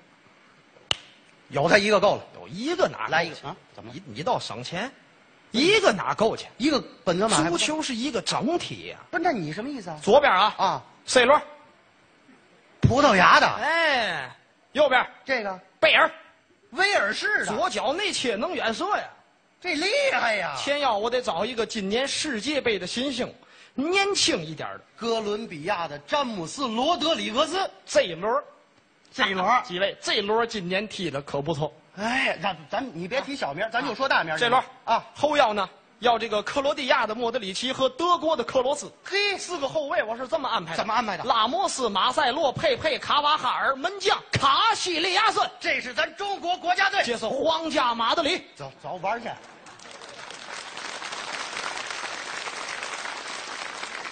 [SPEAKER 9] 有他一个够了？
[SPEAKER 11] 有一个哪够
[SPEAKER 9] 来一个
[SPEAKER 11] 去
[SPEAKER 9] 啊怎么了
[SPEAKER 11] 你你倒省钱，一个哪够去？
[SPEAKER 9] 一个本泽马还
[SPEAKER 11] 足
[SPEAKER 9] 不够
[SPEAKER 11] 球是一个整体呀、
[SPEAKER 9] 不是？那你什么意思啊？
[SPEAKER 11] 左边啊
[SPEAKER 9] 啊
[SPEAKER 11] ，C 罗，
[SPEAKER 9] 葡萄牙的
[SPEAKER 11] 哎，右边
[SPEAKER 9] 这个
[SPEAKER 11] 贝尔，
[SPEAKER 9] 威尔士的，
[SPEAKER 11] 左脚内切能远射呀。
[SPEAKER 9] 这厉害呀！
[SPEAKER 11] 天要我得找一个今年世界杯的新星，年轻一点的。
[SPEAKER 9] 哥伦比亚的詹姆斯·罗德里格斯，
[SPEAKER 11] 这一轮，
[SPEAKER 9] 这一轮
[SPEAKER 11] 几位，这一轮今年踢的可不错。
[SPEAKER 9] 哎，咱咱你别提小名，咱就说大名。
[SPEAKER 11] 这轮
[SPEAKER 9] 啊，
[SPEAKER 11] 后腰呢要这个克罗地亚的莫德里奇和德国的克罗斯。
[SPEAKER 9] 嘿，
[SPEAKER 11] 四个后卫我是这么安排的，
[SPEAKER 9] 怎么安排的
[SPEAKER 11] 拉莫斯、马塞洛、佩佩、卡瓦哈尔，门将卡西利亚森，
[SPEAKER 9] 这是咱中国国家队。
[SPEAKER 11] 这是皇家马德里。
[SPEAKER 9] 走走玩去。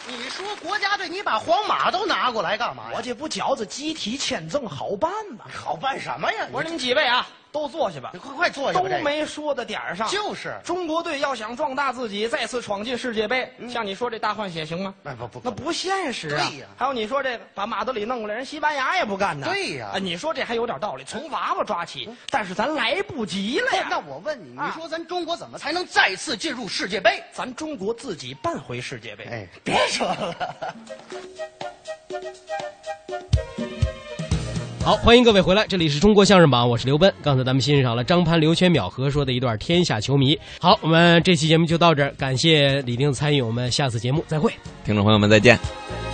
[SPEAKER 9] 你说国家队，你把皇马都拿过来干嘛呀？
[SPEAKER 11] 我这不觉着集体签证哎好办吗？
[SPEAKER 9] 好办什么呀？
[SPEAKER 11] 我说你们几位啊，都坐下吧
[SPEAKER 9] 你，快快坐下
[SPEAKER 11] 都
[SPEAKER 9] 吧。这个
[SPEAKER 11] 没说到点儿上。
[SPEAKER 9] 就是
[SPEAKER 11] 中国队要想壮大自己，再次闯进世界杯，像你说这大换血行吗？
[SPEAKER 9] 那哎不不
[SPEAKER 11] 那不现实啊！
[SPEAKER 9] 对呀
[SPEAKER 11] 还有你说这个把马德里弄过来，人西班牙也不干呢。
[SPEAKER 9] 对呀嗯
[SPEAKER 11] 啊你说这还有点道理，从娃娃抓起，但是咱来不及了呀。
[SPEAKER 9] 哎那我问你，
[SPEAKER 11] 啊
[SPEAKER 9] 你说咱中国怎么才能再次进入世界杯？
[SPEAKER 11] 咱中国自己办回世界杯，
[SPEAKER 9] 哎，别说了。
[SPEAKER 3] [LAUGHS] 好，欢迎各位回来，这里是中国相声榜，我是刘奔。刚才咱们欣赏了张潘、刘全、淼和说的一段《天下球迷》。好，我们这期节目就到这儿，感谢李丁的参与，我们下次节目再会。
[SPEAKER 4] 听众朋友们再见。
[SPEAKER 3] 再见。